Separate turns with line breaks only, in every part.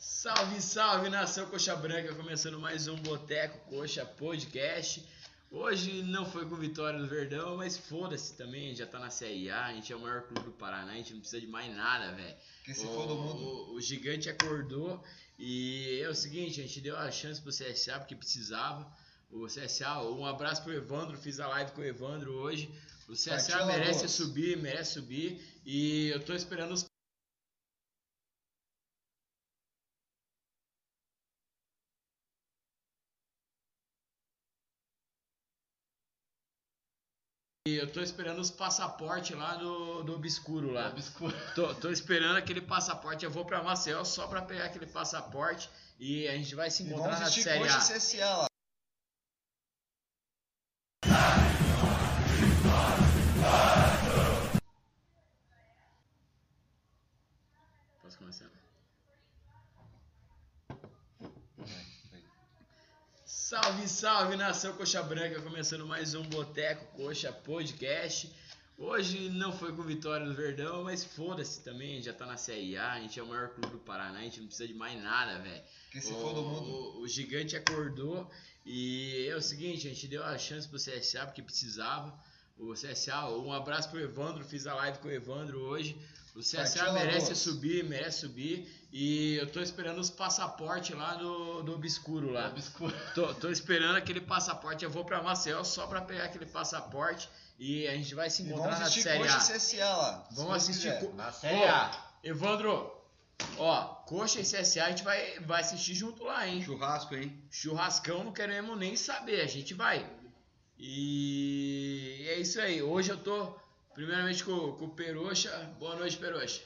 Salve, salve, nação Coxa Branca, começando mais um Boteco Coxa Podcast. Hoje não foi com vitória do Verdão, mas foda-se também, a gente já tá na Série A, a gente é o maior clube do Paraná, a gente não precisa de mais nada, velho.
Que se for do mundo.
O, o gigante acordou e é o seguinte, a gente deu a chance pro CSA porque precisava. O CSA, um abraço pro Evandro, fiz a live com o Evandro hoje. O CSA
Partiu,
merece
Alagoas.
subir, merece subir e eu tô esperando os E eu tô esperando os passaportes lá do, do Obscuro lá.
Obscuro.
Tô, tô esperando aquele passaporte. Eu vou pra Maceió só pra pegar aquele passaporte e a gente vai se
E
encontrar
vamos
na
assistir
Série
hoje
A.
CSA lá.
Posso começar? Salve, salve, nação Coxa Branca, começando mais um Boteco Coxa Podcast. Hoje não foi com vitória do Verdão, mas foda-se também, a gente já tá na Série A, a gente é o maior clube do Paraná, a gente não precisa de mais nada, velho.
Que se
O-
for do mundo.
O, o gigante acordou e é o seguinte, a gente deu a chance pro CSA porque precisava. O CSA, um abraço pro Evandro, fiz a live com o Evandro hoje. O CSA
Partiu, um
merece
Alagoas.
subir, merece subir. E eu tô esperando os passaportes lá do, do Obscuro lá.
Obscuro.
Tô, tô esperando aquele passaporte. Eu vou pra Maceió só pra pegar aquele passaporte e a gente vai se
E
encontrar
vamos
na
assistir
Série
hoje
A.
CSA lá. se
Vamos
Deus
assistir
quiser.
co-
Na Série A.
Evandro, ó, Coxa e CSA a gente vai, vai assistir junto lá, hein?
Churrasco, hein?
Churrascão não queremos nem saber, a gente vai. E é isso aí. Hoje eu tô primeiramente com, com o Peroxa. Boa noite, Peroxa.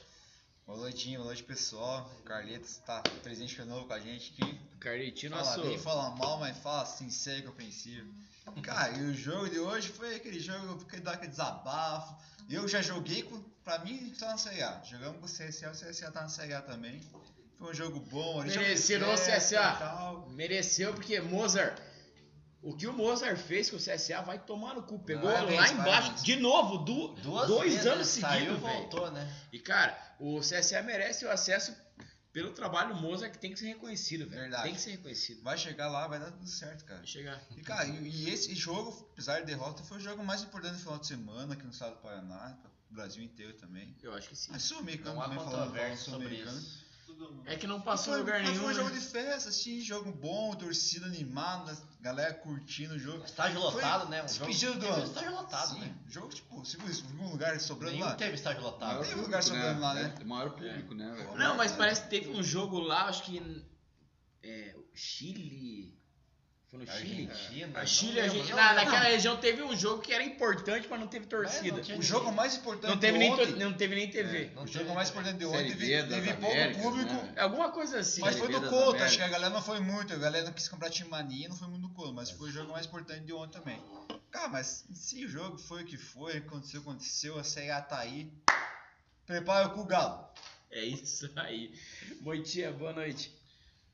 Boa noitinha, boa noite pessoal. O Carletos tá presente de novo com a gente aqui.
Carlitinho,
Fala
nosso.
bem, fala mal, mas fala sincero e compreensivo. Cara, e o jogo de hoje foi aquele jogo que dá aquele desabafo. Eu já joguei com. Pra mim, tá na Série A. Jogamos com o CSA, o CSA tá na Série A também. Foi um jogo bom. ele já foi
Merecido, ô,
certo e
CSA.
tal.
Mereceu porque Mozart. O que o Mozart fez com o CSA vai tomar no cu. Pegou
Parabéns,
lá embaixo
parabéns.
de novo, du-
Duas
dois
vezes,
anos
né? Saiu,
seguidos, velho.
voltou, né?
E cara, o CSA merece o acesso pelo trabalho do Mozart que tem que ser reconhecido, velho.
Verdade.
Tem que ser reconhecido.
Vai chegar lá, vai dar tudo certo, cara.
Vai chegar.
E, cara, e, e esse jogo, apesar de derrota, foi o jogo mais importante do final de semana aqui no estado do Paraná, pro Brasil inteiro também.
Eu acho que sim.
Mas
Não
sul-americano
há
também falando mal
controvérsia sobre
sul-americano.
isso.
É que não passou
Foi-
em lugar
mas
nenhum.
Foi um
né?
jogo de festa, assim, jogo bom, torcida animada, galera curtindo o jogo.
Estágio
Foi
lotado, né? Um É, jogo
Despedido
que
do
teve
ano.
Estágio lotado,
Sim,
né?
Jogo, tipo, se fosse algum lugar sobrando
Nenhum
lá.
teve estágio
Tá,
lotado.
um
Tem lugar sobrando lá, né?
É, maior público, né, velho?
Não, mas parece que teve um jogo lá, acho que. É, o Chile. Foi no Chile?
Argentina.
A
Ah, não
Chile, é
lembro.
Argentina.
Não,
na-
não,
naquela
não.
região teve um jogo que era importante, mas não teve torcida.
não tinha-
O jogo mais importante
Não teve nem,
de
to-
ontem,
não teve nem TV.
Não
O
teve.
jogo mais importante de ontem
Série B
teve,
das
teve pouco
Américas,
público,
É.
né?
Alguma coisa assim.
Mas foi
Série B
do
das
Couto,
Américas.
acho que a galera não foi muito, a galera não quis comprar time mania, não foi muito do Couto, mas foi o jogo mais importante de ontem também. Cara, mas se o jogo foi o que foi, aconteceu, aconteceu, a Série A tá aí, prepara o cu galo.
É isso aí. Moitinha, boa noite.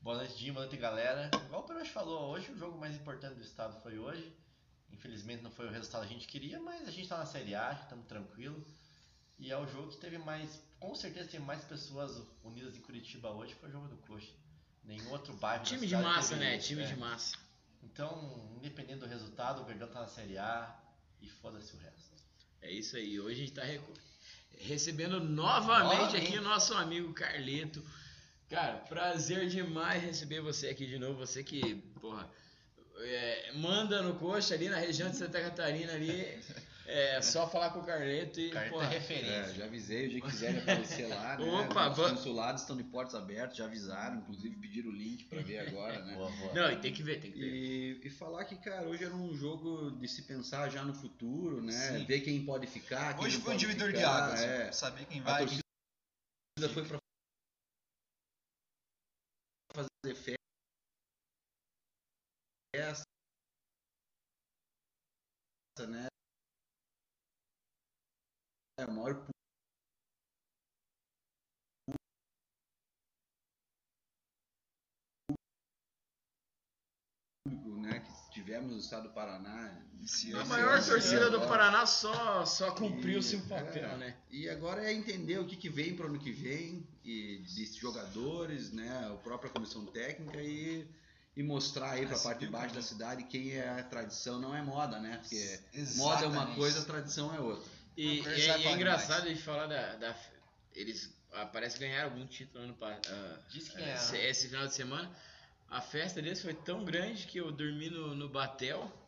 Boa noite, Dinho. Boa noite, galera. Igual o Perotti falou, hoje o jogo mais importante do estado foi hoje. Infelizmente não foi o resultado que a gente queria, mas a gente tá na Série A, estamos tranquilo. E é o jogo que teve mais, com certeza teve mais pessoas unidas em Curitiba hoje, foi o jogo do Coxa. Nenhum outro bairro da
Time de
cidade
massa,
teve
né?
isso,
Time
é.
de massa.
Então, independente do resultado, o Verdão tá na Série A e foda-se o resto.
É isso aí. Hoje a gente tá reco- recebendo novamente
Novamente.
aqui o nosso amigo Carleto. Cara, prazer demais receber você aqui de novo. Você que, porra, é, manda no coxa ali na região de Santa Catarina ali. É só falar com o Carleto e,
Carta
porra,
é
É,
referência.
já avisei, o dia que quiser aparecer lá, né?
Opa,
Os
va-
consulados estão de portas abertas, já avisaram, inclusive pediram o link pra ver agora, né?
Boa, boa.
é. Não, e tem que ver, tem que ver.
E, e falar que, cara, hoje era um jogo de se pensar já no futuro, né?
Sim.
Ver quem pode ficar, quem
Hoje
não
foi um
pode
divisor de
ficar,
águas,
É.
saber quem
A
vai, quem
torcida foi pra fazer fe- festa, né? É o maior pu- público, né? Que tivemos no estado do Paraná.
Esse
A
ano-
maior
esse
torcida
ano,
do
ó.
Paraná só, só cumpriu
Isso,
seu papel,
é.
né?
E agora é entender o que, que vem para o ano que vem, e de jogadores, né, a própria comissão técnica e, e mostrar aí para a
Ah,
parte de
subiu,
baixo da cidade quem é a tradição, não é moda, né? Porque
Exatamente.
moda é uma coisa, tradição é outra.
E,
Não,
e é-
já
e é
fala
engraçado de falar da, da- Eles ah, parece que ganharam algum título ano pa- ah,
Diz que é.
É.
eh,
ganharam.
esse, esse final de semana. A festa deles foi tão grande que eu dormi no, no Batel.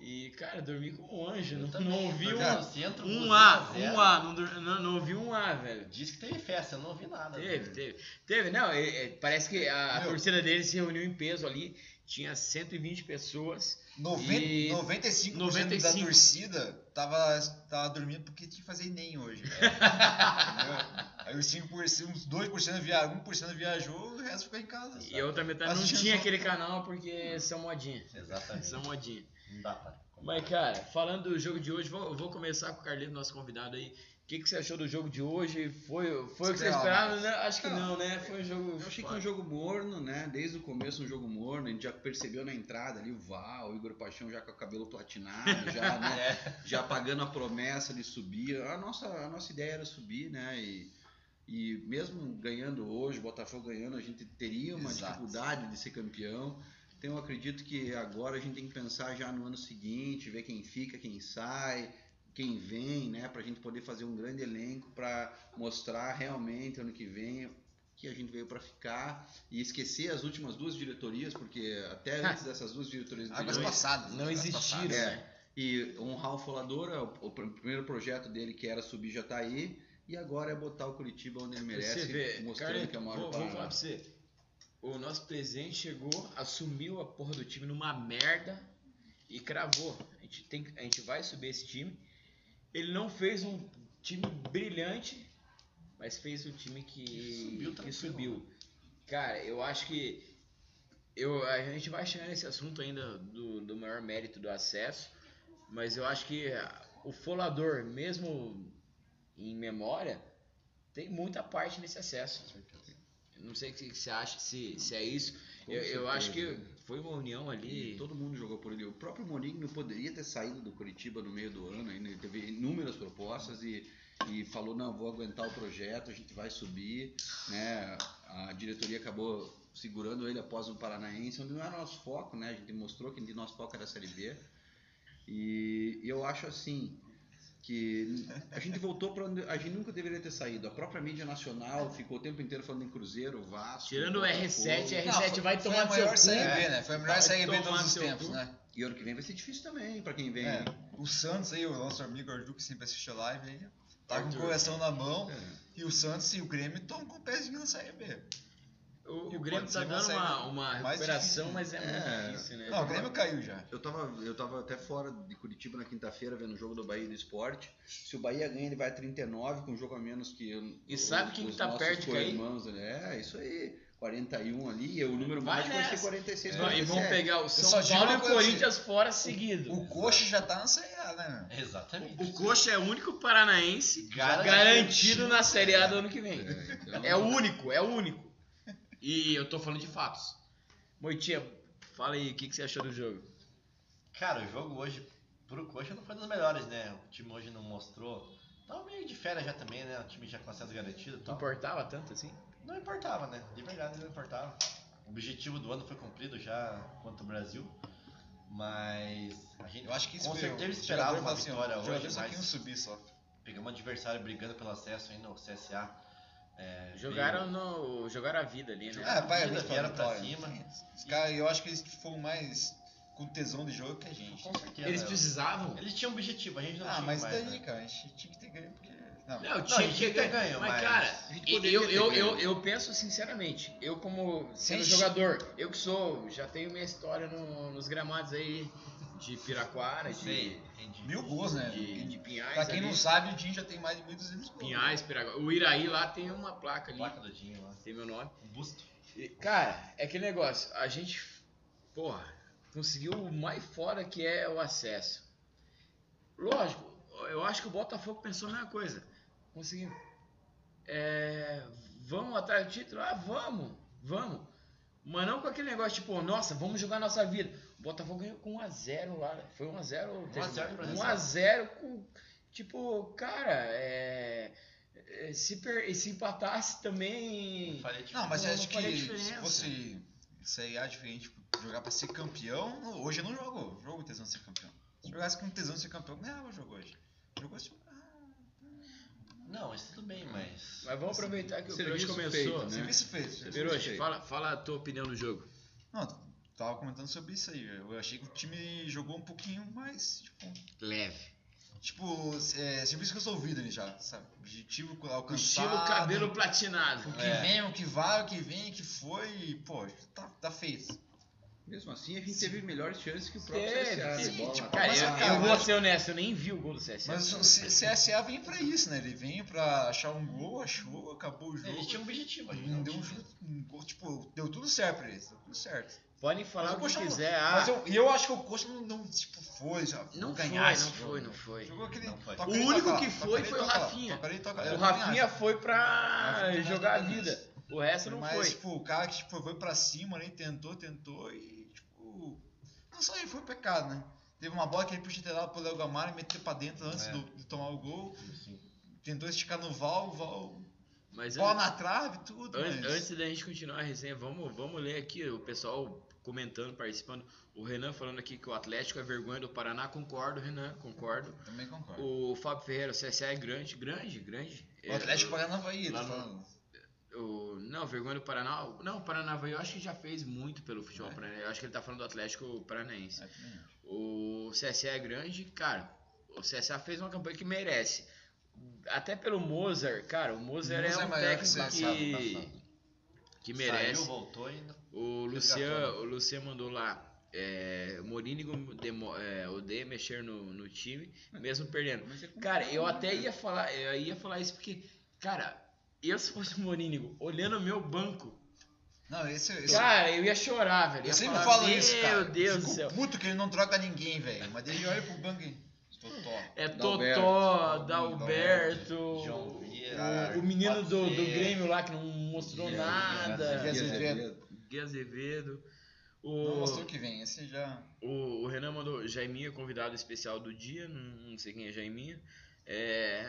E, cara, dormi como um anjo. Não, não ouvi
dormi
um,
cara.
no centro,
um
200
A.
zero.
Um A. Não, dur- não, não ouvi um A, velho.
Diz que teve festa, eu não ouvi nada. né?
Teve, teve. Teve, não, é- é, parece que a, a
Meu.
torcida deles se reuniu em peso ali. Tinha 120 pessoas.
Noventa-
E-
95%, da
95.
torcida tava, tava dormindo porque tinha que fazer Enem hoje.
né?
velho. Entendeu? Aí os 5%, uns 2%
um
viajou, 1% viajou, o resto ficou em casa.
E a outra metade não
Assistiu
tinha
só-
aquele canal porque são modinha.
Exatamente.
São modinha.
Não dá pra.
Mas, cara, falando do jogo de hoje, vou, vou começar com o Carlito, nosso convidado aí. O que, que você achou do jogo de hoje? Foi, foi o que você
Esperava
esperava?
mais.
Né? Acho que não,
Não,
né? Foi um jogo.
Eu achei que foi um jogo morno, né? Desde o começo um jogo morno, a gente já percebeu na entrada ali o Val, o Igor Paixão já com o cabelo platinado, já, né?
É,
já pagando a promessa de subir. A nossa, a nossa ideia era subir, né? E, e mesmo ganhando hoje, Botafogo ganhando, a gente teria uma
Exato.
dificuldade de ser campeão. Então eu acredito que agora a gente tem que pensar já no ano seguinte, ver quem fica, quem sai, quem vem, né? Pra gente poder fazer um grande elenco para mostrar realmente ano que vem que a gente veio para ficar e esquecer as últimas duas diretorias, porque até antes dessas duas diretorias
Ah,
Águas
anteriores,
passadas.
Não
águas
existiram,
passadas.
né?
e um honrar o Foladora, é o, o pr- primeiro projeto dele que era subir já tá aí. E agora é botar o Curitiba onde ele
Você
merece,
vê,
mostrando
Carlito,
que é o maior
vou,
do
vou
Paraná.
falar pra você. O nosso presidente chegou, assumiu a porra do time numa merda e cravou. A gente, tem, a gente vai subir esse time. Ele não fez um time brilhante, mas fez um time que,
Que subiu
tá
que
tranquilo.
subiu. Cara, eu acho que eu, a gente vai chegar nesse assunto ainda do, do maior mérito do acesso, mas eu acho que ah, o folador, mesmo em memória, tem muita parte nesse acesso. Não sei o que você acha, se, se é isso.
Com
Eu, eu acho que
certeza.
foi uma união
E
ali.
todo mundo jogou por ele. O próprio Mourinho poderia ter saído do Curitiba no meio do ano, ainda ele teve inúmeras propostas e, e falou, não, vou aguentar o projeto, a gente vai subir. Né? A diretoria acabou segurando ele após um Paranaense, onde não era nosso foco, né? A gente mostrou que nosso foco era a Série B. E eu acho assim que a gente voltou para onde a gente nunca deveria ter saído. A própria mídia nacional ficou o tempo inteiro falando em Cruzeiro, Vasco.
Tirando o é- R7,
Botafogo.
a R7 vai
foi
tomar
a maior
no seu cu.
Série B, né? Foi a melhor
Vai
Série B de
tomar
todos os
seu
tempos,
cu.
né?
E ano que vem vai ser difícil também para quem vem.
É. O Santos aí, o nosso amigo Arthur, que sempre assiste a live aí, tá com o
Arthur.
coração na mão.
É.
E o Santos e o Grêmio estão com o pezinho na Série B.
O, o
Pode
Grêmio
ser
tá
uma
dando
série
uma, uma
mais
recuperação, mas é
É.
muito difícil, né?
Não, o Grêmio caiu já.
Eu tava, eu tava até fora de Curitiba na quinta-feira vendo o jogo do Bahia e do Esporte. Se o Bahia ganha, ele vai a 39 com um jogo a menos que eu-
E sabe quem que tá
nossos
perto de cair?
co-irmãos, né? É, isso aí. 41 ali, e o número
Vai
mágico é vai ser
nessa.
46,
Não, É, e
47.
vão pegar o
só
São
digo
Paulo e
uma
o
coisa,
Corinthians fora seguido.
O Coxa já tá na Série A, né, meu?
exatamente.
O Coxa é o único paranaense
Garantido.
garantido na Série A do ano que vem.
É, então-
É o único, é o único. E eu tô falando de fatos. Moitinha, fala aí, o que, que você achou do jogo?
Cara, o jogo hoje pro Coxa não foi dos melhores, né? O time hoje não mostrou. Tava meio de férias já também, né? O time já com acesso garantido e
Não
tal.
importava tanto assim?
Não importava, né? De verdade, não importava. O objetivo do ano foi cumprido já quanto o Brasil. Mas a gente
Eu acho que isso
com
foi-
certeza
o
esperava
jogador
uma
fala assim, ó,
vitória
o jogador
hoje,
só quer um
mas
subir só.
pegamos um adversário brigando pelo acesso ainda, o CSA. É,
Jogaram, no, jogaram a vida ali, né?
É,
Ah, vai,
Vieram
eles foram
pra
vitória.
cima.
Os caras, eu acho que eles foram mais com tesão de jogo que a
veio-
gente.
Com certeza.
Eles
né?
precisavam.
Eles tinham um objetivo, a gente não
Ah,
tinha
mas
mais,
daí,
né?
cara, a gente tinha que ter ganho porque... Não,
Não,
a
tinha
gente
que
ter
ter
ganho,
Mas,
mas-
cara,
A gente
eu,
poderia
eu,
ter
eu,
ganho.
eu, penso sinceramente, eu como sendo
Sim.
jogador, eu que sou, já tenho minha história no- nos gramados aí de Piraquara, de,
Sei, entendi.
mil gols, né?
de, de Pinhais.
pra quem
ali.
não sabe, o Dinho já tem mais de 1.200 gols.
Pinhais, Piraquara. O Iraí lá tem uma placa ali,
Placa do Dinho lá.
tem meu nome.
Um busto.
E, Cara, é aquele negócio, a gente, porra, conseguiu o mais fora que é o acesso. Lógico, eu acho que o Botafogo pensou a mesma coisa. Conseguimos. É, vamos atrás do título? Ah, vamos, vamos. Mas não com aquele negócio tipo, nossa, vamos jogar nossa vida. O Botafogo ganhou com 1x0 lá. né? Foi 1x0.
1x0 pra
1x0 com. Tipo, cara, é. é, Se, per- e se empatasse também.
Falei, tipo,
Não, mas
Não,
eu acho
não
que
faria
se
diferença.
fosse CIA diferente, tipo, jogar pra ser campeão, não- hoje eu não jogo. Jogo tesão de ser campeão. Se jogasse com tesão de ser campeão, ganhava o jogo hoje. Jogou assim. ah,
Não, mas tudo bem, mas.
Mas vamos aproveitar que o Piroche
Serviço
começou.
feito,
Você
né?
viu esse feito?
Piroche, fala, fala a tua opinião no jogo.
Não, tava comentando sobre isso aí. Eu achei que o time jogou um pouquinho mais, tipo,
Leve.
tipo é, serviço resolvido ali já, sabe? Objetivo é alcançado.
Estilo cabelo platinado.
O que
É.
vem, o que vai, o que vem, o que foi, e, pô, tá, tá feito.
Mesmo assim, a gente teve melhores chances que o próprio
Teve,
CSA. né?
sim,
Bola
tipo,
na
Cara,
Mas,
eu,
cara,
eu vou
mas-
ser honesto, eu nem vi o gol do CSA.
Mas o C- CSA vem pra isso, né? Ele vem pra achar um gol, achou, acabou
É,
o jogo.
Eles tinham um objetivo, a gente
Não
não
deu um
tinha.
chute, um gol, tipo, deu tudo certo pra eles, deu tudo certo.
Podem
Mas
falar
o
o que
Coxa não-
quiser. Ah,
Mas eu, e eu acho que o Coxa não, não, tipo, foi, já vou
não foi,
ganhar
não
esse jogo.
foi, não foi.
Jogou aquele.
Não foi.
toca
O
ali,
único
toca lá,
que
toca
foi
ali,
foi o
toca lá,
Rafinha.
toca ali, toca lá.
O
Eu também
Rafinha foi pra
Rafinha
jogar a
também
vida.
acho.
O resto não
Mas,
foi.
tipo, o cara que tipo, foi pra cima ali, tentou, tentou e, tipo. Não sei, foi pecado, né? Teve uma bola que ele puxa lateral pro Léo Gamara e meteu pra dentro antes
É.
do- de tomar o gol.
Sim.
Tentou esticar no Val, Val.
Mas
Bola
an-
na trave, tudo.
an-
mas...
antes da gente continuar a resenha, vamos, vamos ler aqui o pessoal comentando, participando. O Renan falando aqui que o Atlético é vergonha do Paraná. Concordo, Renan, concordo.
Também concordo.
O Fábio Ferreira, o CSA é grande, grande, grande.
O, Atlético Paranaíba,
lá
tá
no-
falando.
O- não, vergonha do Paraná. Não, o Paraná eu acho que já fez muito pelo futebol paranaense. Eu acho que ele tá falando do Atlético Paranaense.
É, também acho.
O CSA é grande, cara. O CSA fez uma campanha que merece. Até pelo Mozart, cara. O Mozart
Mozart
é
é
um
maior que o
técnico
CSA
que,
passado.
que merece.
Saiu, voltou e.
O Lucian,
Resgatou.
o Lucian mandou lá. É, o Morínigo demo- é, odeia mexer no, no time, mesmo perdendo.
Mas é
Cara,
complicado,
eu
né,
até ia falar, eu ia falar isso porque, cara, eu se fosse o Morínigo, olhando o meu banco,
Não, esse. esse...
cara, eu ia chorar, velho.
eu
Ia
sempre
falar,
falo isso, cara.
Meu Deus do
Fico
céu.
puto que ele não troca ninguém, velho. Mas ele olha pro banco e. Totó.
É
Dalberto.
Totó, Dalberto,
João Vieira.
o, o menino do, do
Matheus.
Grêmio lá que não mostrou
Vieira,
nada,
Vieira.
Gui Azevedo,
Não
o,
mostrou que vem, esse já.
o, o Renan mandou Jaiminha, convidado especial do dia, não, não sei quem é Jaiminha, é,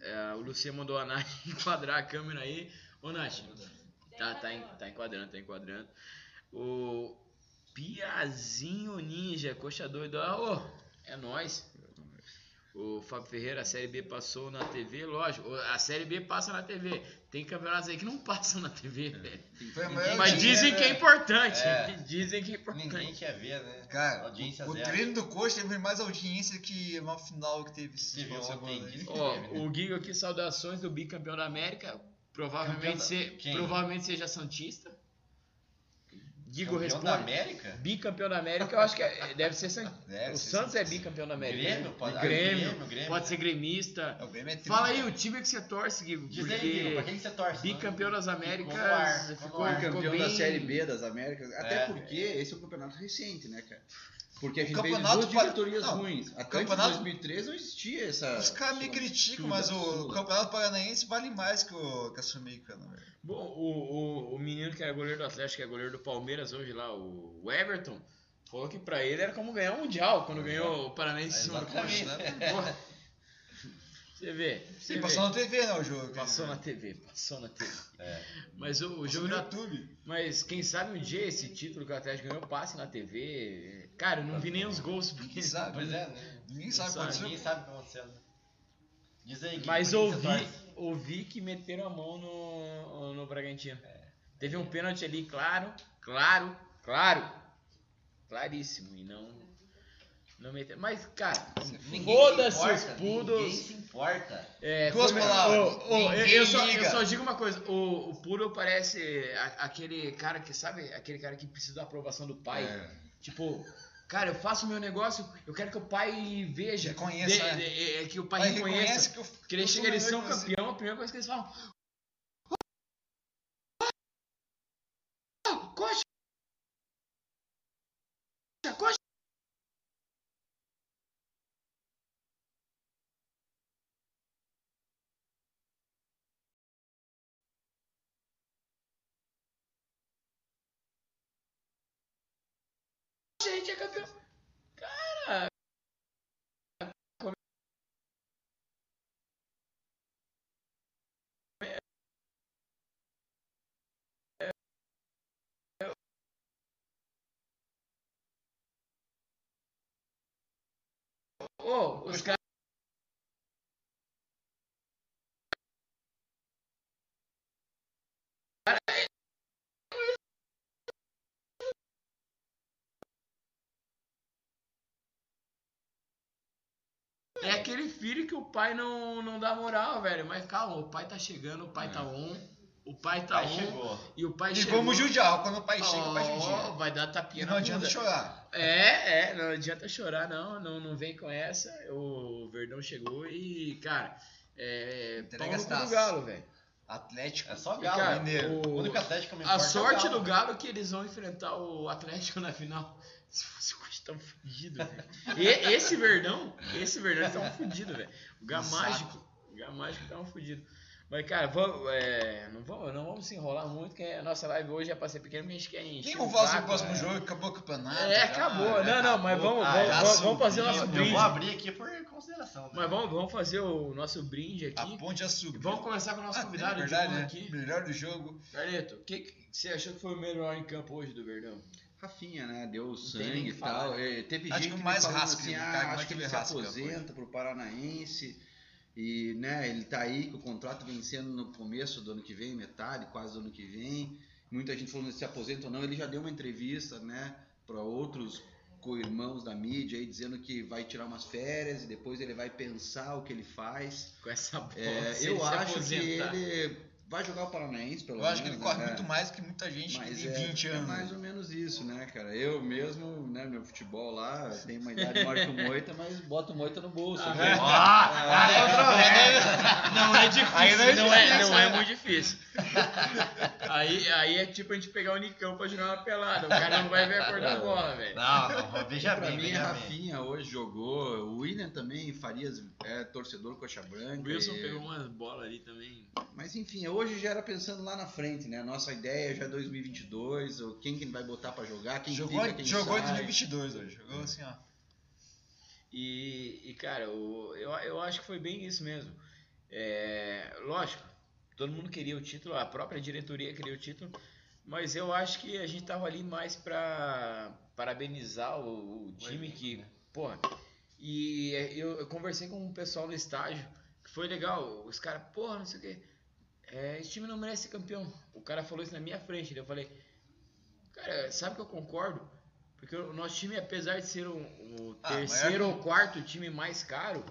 é, o Luciano mandou a Nath enquadrar a câmera aí, ô Nath, tá, tá, en- tá enquadrando, tá enquadrando, o Piazinho Ninja, coxa doido, ó, ô, é nóis. O Fábio Ferreira, a Série B passou na TV, lógico. o- A Série B passa na TV. Tem campeonatos aí que não passam na TV, velho.
Foi o maior
Mas
time,
dizem
né,
que é
velho?
importante.
É.
Dizem que é importante.
Ninguém quer ver, né?
Cara,
Audiência
o, o
zero.
treino do coxa teve mais audiência que uma final que teve esse
Teve
final de
ontem,
semana aí.
disse.
Ó, o Guigo aqui, saudações do bicampeão da América.
Campeão
Provavelmente,
da-
se-
quem?
provavelmente seja Santista. Guigo
Campeão
responde.
da América?
Bicampeão da América, eu acho que é- deve ser San...
Deve
O
ser
Santos é
Santista.
bicampeão da América. né?
Grêmio, pode- ah,
Grêmio,
Grêmio, Grêmio.
pode ser gremista.
É, o Grêmio é tri,
Fala aí
cara.
o time que você torce, Guigo.
Diz aí,
porque-
Guigo, pra quem que você torce? né?
Bicampeão das Américas
Ficou no ar, ficou no
ficou,
É,
ar.
ficou
campeão
bem...
da Série B das Américas. Até
É.
porque esse é um campeonato recente, né, cara? Porque a
O
gente fez
campeonato
duas
pa-
diretorias
Não,
ruins. Até
campeonato-
campeonato... 2003 não existia essa.
Os caras me
essa-
criticam,
Sula,
mas o
Sula.
Campeonato Paranaense vale mais que o que a Sul-Americana, velho.
Bom, o, o, o menino que era goleiro do Atlético, que é goleiro do Palmeiras hoje lá, o o Everton, falou que pra ele era como ganhar o Mundial quando ganhou o Paranaense em cima do
Ah, Exatamente. né?
Corinthians. Porra. Você vê, você
Ele
vê.
passou na TV, né, o jogo.
Passou na TV, passou na TV.
É.
Mas o, o
Passou
jogo
no
da
YouTube.
Mas quem sabe um dia esse título que o Atlético ganhou passe na TV. Cara, eu não vi nem os gols.
Ninguém sabe.
Pois é, né?
Ninguém sabe o
sabe,
que aconteceu.
Ninguém sabe o que aconteceu. né? Diz aí, Guigo,
Mas
pra quem
ouvi,
você torce?
ouvi que meteram a mão no, no Bragantino.
É.
Teve um pênalti ali, claro, claro, claro. Claríssimo. E não. Não meteram. Mas, cara,
Ninguém
foda-se
se
os
importa, Ninguém
pudos.
se importa.
É,
Duas
como-
palavras,
Ô, ô, eu,
ninguém
eu só, eu
liga.
só digo uma coisa. O, o puro parece a- aquele cara que, sabe? Aquele cara que precisa da aprovação do pai.
É.
Tipo, cara, eu faço meu negócio, eu quero que o pai veja.
Reconheça,
de-
né?
de- é, que o pai,
Mas
reconheça.
reconhece que o
Porque eles
eu assim.
chegam,
sou
eles são
melhor que você.
um campeão, a primeira coisa que eles falam. "Ah, Coxa! Coxa! gente é campeão. Cara. como- É- é- é- Ô, os caras. É aquele filho que o pai não, não dá moral, velho. Mas calma, o pai tá chegando, o pai
É.
tá on. O pai tá
Aí
on.
chegou.
E o pai
E
chegou.
vamos judiar. Quando o pai chega, o pai
Ó,
judia.
Vai dar
E
tapinha
não
na
adianta
bunda.
chorar.
É, é, não adianta chorar, não. Não, não vem com essa. O Verdão chegou e, cara, é.
Entrega
Pau no
as
cu do
taças.
Galo, velho.
Atlético.
É só
E,
Galo,
cara,
Mineiro.
o-
O único Atlético que me
A
importa é o
sorte
Galo.
do Galo é que eles vão enfrentar o Atlético na final. Se fosse o Coxa, tão fudido, velho. E- Esse Verdão, esse Verdão eles tão fudido, velho. O Gamágico, o Gamágico tá um fudido. Mas, cara, vamos, é, não, vamos, não vamos se enrolar muito, que a nossa live hoje é pra ser pequena, porque a gente quer encher.
Quem
o
vamos falar sobre
saco,
o próximo
né?
jogo? Acabou o campeonato.
É,
já, já
acabou. Não, não, mas
acabou.
vamos,
Ah,
vamos,
já
vamos,
subiu.
vamos fazer o nosso
Eu, eu
brinde.
vou abrir aqui por consideração. né?
Mas vamos, vamos fazer o nosso brinde aqui.
A ponte já subiu.
Vamos começar com o nosso
Ah,
convidado,
é
o
verdade,
Diogo
né?
aqui.
Melhor do jogo.
Carleto, o que, que você achou que foi o melhor em campo hoje do Verdão?
Rafinha, né? Deu
tem nem
sangue e
que falar,
tal.
né?
É, teve
Acho
gente
que o
me
mais
falando
rasca,
assim,
né?
ah,
Cara, mais
acho que
teve
ele se
rasca,
aposenta pro Paranaense. E, né, ele tá aí com o contrato vencendo no começo do ano que vem, metade, quase do ano que vem. Muita gente falando se aposenta ou não. Ele já deu uma entrevista, né, para outros co-irmãos da mídia aí, dizendo que vai tirar umas férias e depois ele vai pensar o que ele faz.
Com essa bola,
É,
se ele
eu
se
acho que
aposentar.
ele vai jogar o Paranaense, pelo
Eu
menos.
acho que ele
né,
corre
cara?
muito mais que muita gente que
Mas
tem
é,
20
é
anos.
mais ou menos isso, né, cara? Eu mesmo, né, meu futebol lá, tem uma idade maior que o Moita, mas boto o Moita no bolso.
Ah,
né?
é.
Ah,
Ah, é outra
Não é difícil,
Aí não é
não, é,
difícil,
não é
né?
muito difícil. Aí, aí é tipo a gente pegar o Nicão pra jogar uma pelada. O cara não vai ver a cor da bola, velho.
Não, não, veja
Pra
bem,
é,
mim,
veja bem.
Rafinha hoje jogou, o William também, Farias é torcedor coxa branca.
O Wilson
e-
pegou umas bolas ali também.
Mas enfim, hoje já era pensando lá na frente, né? Nossa ideia já é 2022, o- quem que vai botar pra jogar,
é.
quem
Jogou,
fica, quem
jogou em
sai.
2022 hoje. Jogou assim, ó.
E, e, cara, o- eu, eu acho que foi bem isso mesmo. É, lógico, todo mundo queria o título, a própria diretoria queria o título, mas eu acho que a gente tava ali mais para parabenizar o, o time
elenco,
que,
né?
porra. E é, eu, eu conversei com um pessoal no estágio, que foi legal. Os caras, porra, não sei o quê. é, esse time não merece ser campeão. O cara falou isso na minha frente. daí Eu falei, cara, sabe que eu concordo? Porque o nosso time, apesar de ser o, o
Ah,
terceiro
mas
ou quarto time mais caro,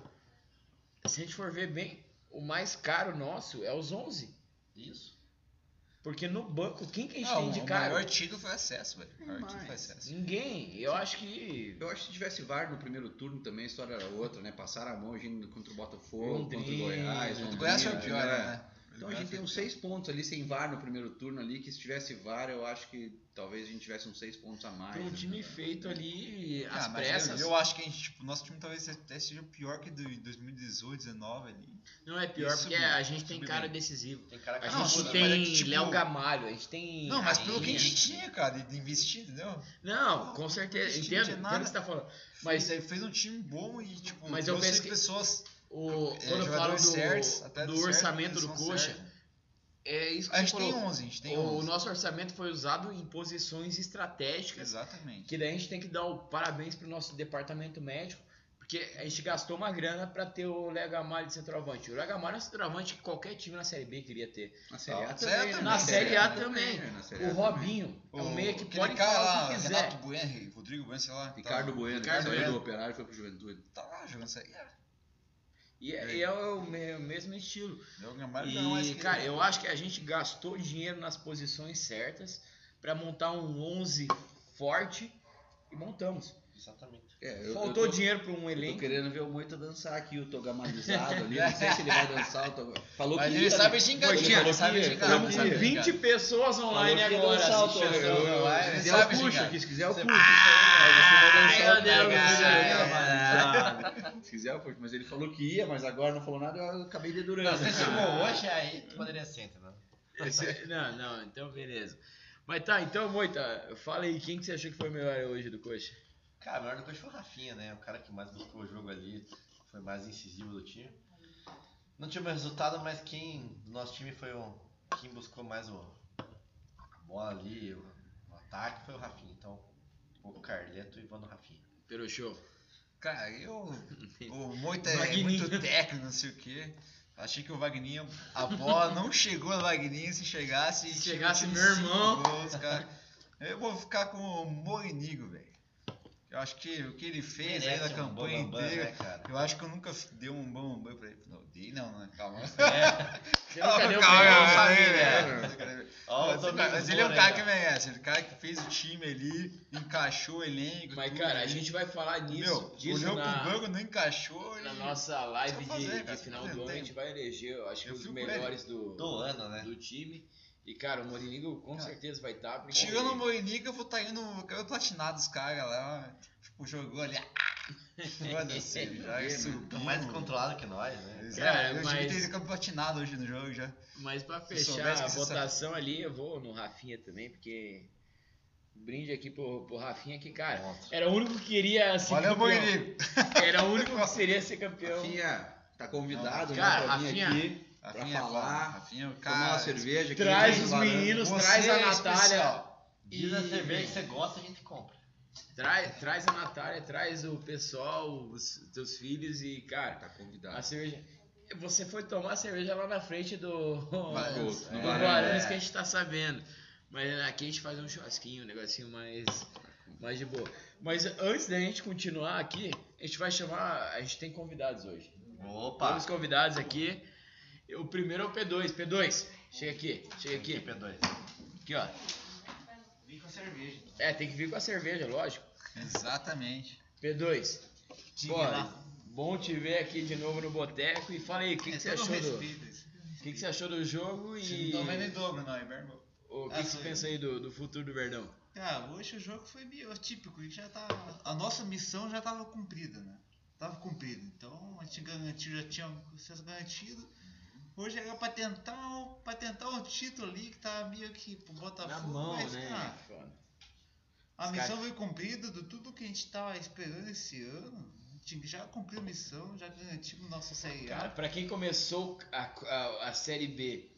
se a gente for ver bem, o mais caro nosso é os 11.
Isso.
Porque no banco, quem que a gente
Ah,
tem
o
de
o
caro?
maior título foi acesso, velho. O maior título foi
Mas-
acesso.
Ninguém. Eu acho que.
Eu acho que se tivesse VAR no primeiro turno também, a história era outra, né? Passaram a mão, a gente contra o Botafogo, contra o
Londrina.
Goiás.
O
O
Londrina,
Goiás foi o pior,
né?
né?
Então a gente tem uns seis pontos ali sem VAR no primeiro turno ali, que se tivesse VAR, eu acho que talvez a gente tivesse uns seis pontos a mais.
Pra um
né?
time feito ali
Ah,
às
mas eu-
pressas.
Eu acho que a gente, tipo, nosso time talvez até seja o pior que do 2018, 2019 ali.
Não é pior,
Isso
porque
mesmo,
a gente tem
subiu
cara
bem.
decisivo.
Tem cara que né?
A
Não,
gente
sim,
ajuda,
tem
mas é que, tipo,
Léo Gamalho, a gente tem.
Não, mas pelo que a
Rafinha.
gente tinha, cara, de investir, entendeu?
Não, com
Não, a
certeza.
gente
Entendo,
não tinha
entendo o que
nada.
você tá falando. Mas
Isso aí fez um time bom e, tipo,
Mas eu
trouxe
penso que-
pessoas.
o,
é,
quando eu falo
jogadores
do,
certos, até
do
certo,
orçamento
eles
do
são
Coxa,
certos.
é isso que
A
você
gente tem
falou.
11, a gente tem
O
11.
nosso orçamento foi usado em posições estratégicas
Exatamente.
Que daí a gente tem que dar o parabéns pro nosso departamento médico, porque a gente gastou uma grana para ter o Léo Gamalho de centroavante. O Léo Gamalho é um centroavante que qualquer time na Série B queria ter.
Na Série A
Na
também. né?
Série
Na Série A
né? Na Série
O
A
Robinho é um meia que
aquele
pode
cara
falar o
lá,
que
Renato
quiser.
Bueno, Rodrigo Bueno, sei lá.
também. Ricardo
tá,
Bueno,
Ricardo
que saiu do
Bueno.
Operário e foi pro Juventude.
Tá lá jogando série. A.
E é, e é o me- o mesmo estilo.
Léo Gamalho não é mais
E,
que-
cara, eu acho que a gente gastou dinheiro nas posições certas para montar um 11 forte e montamos.
Exatamente.
É, eu-
Faltou
eu tô,
dinheiro para um
Eu tô
elenco.
querendo ver o Moita dançar aqui, o Togamalizado ali. Não sei se ele vai dançar. O Toga- Falou
Mas
que
ele
ia,
sabe
né?
xingar,
Ele
Moitinha,
falou
ele sabe
que ia,
xingar,
falou
Estamos
ele
que
com
sabe
ia.
20 pessoas
Falou
online
que um ia
agora. assim.
dançar o
assistindo.
Toga-
online. Ele
Se quiser, eu
sabe
puxo
xingar.
aqui. Se quiser, eu
Você-
puxo. Mas eu vou dançar
Ai, meu
o
Deus,
Togamalizado. né? Se quiser, eu puxo. Mas ele falou que ia, mas agora não falou nada. Eu acabei dedurando.
Não, você chegou hoje, aí tu poderia ser, entendeu?
Esse- não, não, então beleza. Mas tá, então, Moita, fala aí, quem que você achou que foi o melhor hoje do Coxa?
Cara, a melhor coisa foi o Rafinha, né? O cara que mais buscou o jogo ali, foi mais incisivo do time. Não tivemos resultado, mas quem do nosso time foi o. Quem buscou mais o, a bola ali, o, o ataque foi o Rafinha. Então, o Carleto e o Ivano Rafinha.
Peruchou.
Cara, eu. O Moita é
Wagninho.
muito técnico, não sei o quê. Achei que o Wagninho. A bola não chegou no Wagninho. Se chegasse.
Se
tinha
chegasse,
tido
meu
cinco
irmão.
gols, cara. Eu vou ficar com o Morinigo, velho. Eu acho que o que ele fez aí na
Merece um
campanha
bambambam,
inteira.
né, cara?
Eu acho que eu nunca f- dei um bom bom pra ele. Não, dei não, né? Calma.
Você nunca deu pra ele,
Calma, calma,
sabe,
calma,
né?
calma, calma.
Ó, o
Mas,
Domingos
mas ele é um
Moura
cara
aí,
que
ó.
merece. Ele é um cara que fez o time ali, encaixou o elenco.
Mas,
tudo
cara, a
ali.
gente vai falar disso,
Meu,
disso
olhou
na,
pro banco, não encaixou.
na
e-
nossa live
Só fazer,
de,
cara,
de final
não
do ano. A
tem.
gente vai eleger, eu acho que
Eu
os
fico com
melhores do,
Do ano, né?
do time. E, cara, o Morinigo com
Cara,
certeza vai estar. porque-
Tirando o Moiniga, eu vou tá indo. Eu quero platinar dos caras lá. Tipo, jogou ali. ah, Foda-se, já
Tão
subiu.
Tá mais descontrolado que nós, né?
Exato,
Cara,
eu
mas- Assim
tive que ter ido platinado hoje no jogo já.
Mas pra
Se soubesse
fechar a
que você
votação ali, eu vou no Rafinha também, porque. Brinde aqui pro, pro Rafinha que, cara,
Nossa.
era o único que queria ser
Valeu,
campeão.
Moinigo.
Era o único que seria ser campeão.
Rafinha, tá convidado, né,
Cara,
pra vir
Rafinha,
aqui,
Rafinha, é
falar,
Rafinha, o
tomar uma
cara.
cerveja. aqui,
Traz
né,
os
varanda.
meninos,
Você
traz a
é
Natália.
especial.
Diz a
E-
cerveja que você gosta, a gente compra.
Traz, traz a Natália, traz o pessoal, os teus filhos e, cara,
Tá
a
convidado.
cerveja. Você foi tomar a cerveja lá na frente do.
Valeu.
do
Tá No É.
Guarani,
Guarani,
é.
isso que a gente tá sabendo. Mas aqui a gente faz um churrasquinho, um negocinho mais. mais de boa. Mas antes da gente continuar aqui, a gente vai chamar. A gente tem convidados hoje.
Opa!
Temos convidados aqui. O primeiro é o P2. P2, chega aqui, chega aqui.
P2.
Aqui, ó.
Vem com cerveja.
É, tem que vir com a cerveja, lógico.
Exatamente.
P2,
Diga
Pô,
lá.
bom te ver aqui de novo no Boteco. E fala aí, o que, que você
É todo
achou do,
respeito esse.
o que, que você achou do jogo e
Não tô vendo em dobro, não, hein, meu irmão?
o que, que você
Ah,
pensa aí do, do futuro do Verdão?
Cara, É, hoje o jogo foi meio típico e já tá. A nossa missão já tava cumprida, né? Tava cumprida. Então a gente garantiu, já tinha vocês garantido. Hoje era pra tentar, um- pra tentar um título ali que tava meio que pro Botafogo. Tá mas, cara,
Foda.
a
né? Os
missão
caras-
foi cumprida do tudo que a gente tava esperando esse ano. A gente já cumpriu a missão, já garantimos nossa Série
Cara,
A.
pra quem começou a, a, a Série B,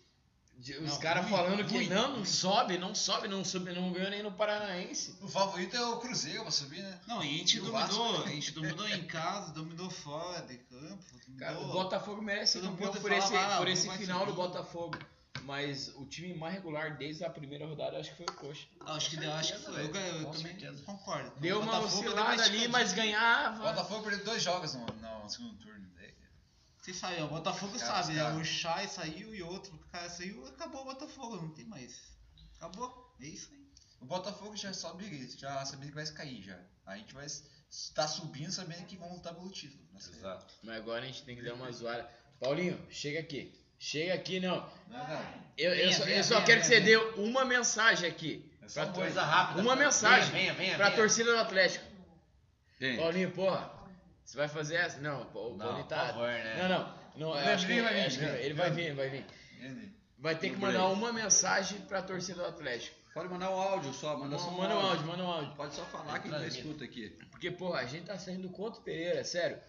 de- os
Não,
caras
ruim,
falando que
ruim,
não, não
ruim.
sobe, não sobe, não sobe, não ganhou nem no Paranaense.
O favorito é o Cruzeiro pra subir, né? Não, e a gente
E o
dominou,
Vasco.
a gente dominou em casa, dominou fora de campo. Dominou...
Cara, o Botafogo merece ser
todo
campeão
mundo
por
fala,
esse,
ah,
por
não
esse
vai
final
subir.
do Botafogo. Mas o time mais regular desde a primeira rodada acho que foi o Coxa.
Ah, Acho que deu, acho que
certeza,
foi. Eu,
velho.
eu
Com
também
certeza.
concordo.
Deu uma
Botafogo deu uma
oscilada ali,
esticadinha.
mas ganhava.
O Botafogo perdeu dois jogos no, no segundo turno.
Vocês sabem, ó, o Botafogo
Cara,
sabe, né?
cara.
O Chai saiu e outro cara saiu, acabou o Botafogo, não tem mais. Acabou. É isso aí.
O Botafogo já sobe, já sabia que vai cair já. A gente vai estar subindo sabendo que vão lutar pelo título. né?
Exato.
Mas agora a gente tem que dar uma zoada. Paulinho, chega aqui. Chega aqui, não.
Não, não.
Eu, eu
Venha,
só,
venha,
eu só
venha,
quero que você dê
venha,
uma mensagem aqui.
É só
Pra,
uma
tor-
Coisa rápida.
Tá
né?
Uma mensagem
Venha, venha,
pra
venha.
torcida do Atlético.
Tem.
Paulinho, porra, você vai fazer essa? Não, o Paulinho
Não, por
tá.
favor, né?
Não, não. não eu
Ele
acho que,
vai vir,
acho que
né?
ele vai vir, ele vai vir.
Entende?
Vai ter que
No
mandar
break.
uma mensagem pra torcida do Atlético.
Pode mandar um áudio só, manda só um
Manda um áudio, manda um áudio.
Pode só falar que a gente escuta aqui.
Porque, porra, a gente tá saindo do Conto Pereira, é sério.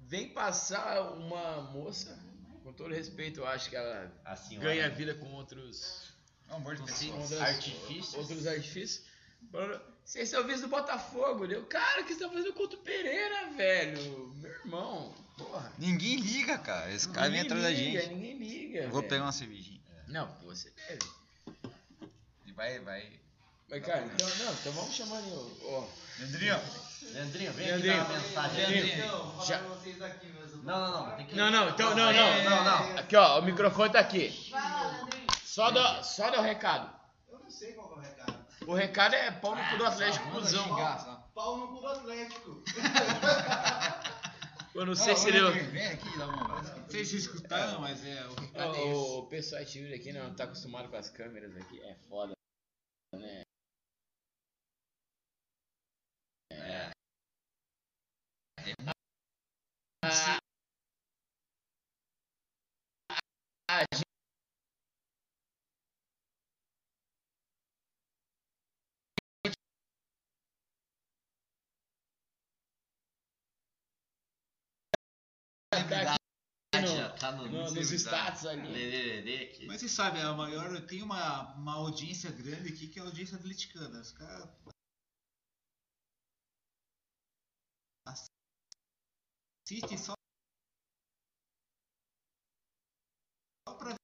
Vem passar uma moça, com todo respeito, eu acho que ela
A senhora.
ganha vida com outros,
É um amor de pessoa.
outras-
Artifícios.
outros artifícios. Falando, Vocês são vice do Botafogo, deu cara que está fazendo contra o Pereira, velho. Meu irmão, porra.
Ninguém liga, cara. Esse
Ninguém liga, Ninguém liga. velho.
uma cervejinha.
Não, pô, você deve.
E vai, vai.
Mas, cara, então, não, então vamos chamar ali, ó. ó.
Leandrinho,
Leandrinho, vem
Leandrinho.
aqui dar uma mensagem.
Leandrinho.
vou
Já-
pra vocês aqui, mas eu-
Não, não, não. Tem que...
Não, não, então, não, não,
É,
não, não. Aqui, ó, o microfone tá aqui. Só dá, só dá o recado.
Eu não sei qual é o recado.
O recado é pau no cu do Atlético, cuzão.
Pau no cu do Atlético.
Eu não sei se deu.
Vem aqui, dá um abraço.
Não sei se escutaram, mas é o
Ah,
recado é esse.
O, o pessoal tímido aqui não tá acostumado com as câmeras aqui. É foda, né? É. A, a gente- tá aqui
Já tá no.
no- nos status
né?
ali.
Lelelele aqui.
Mas você sabe, a maior, tem uma, uma audiência grande aqui que é a audiência atleticana. Os caras. Assiste só. Só pra.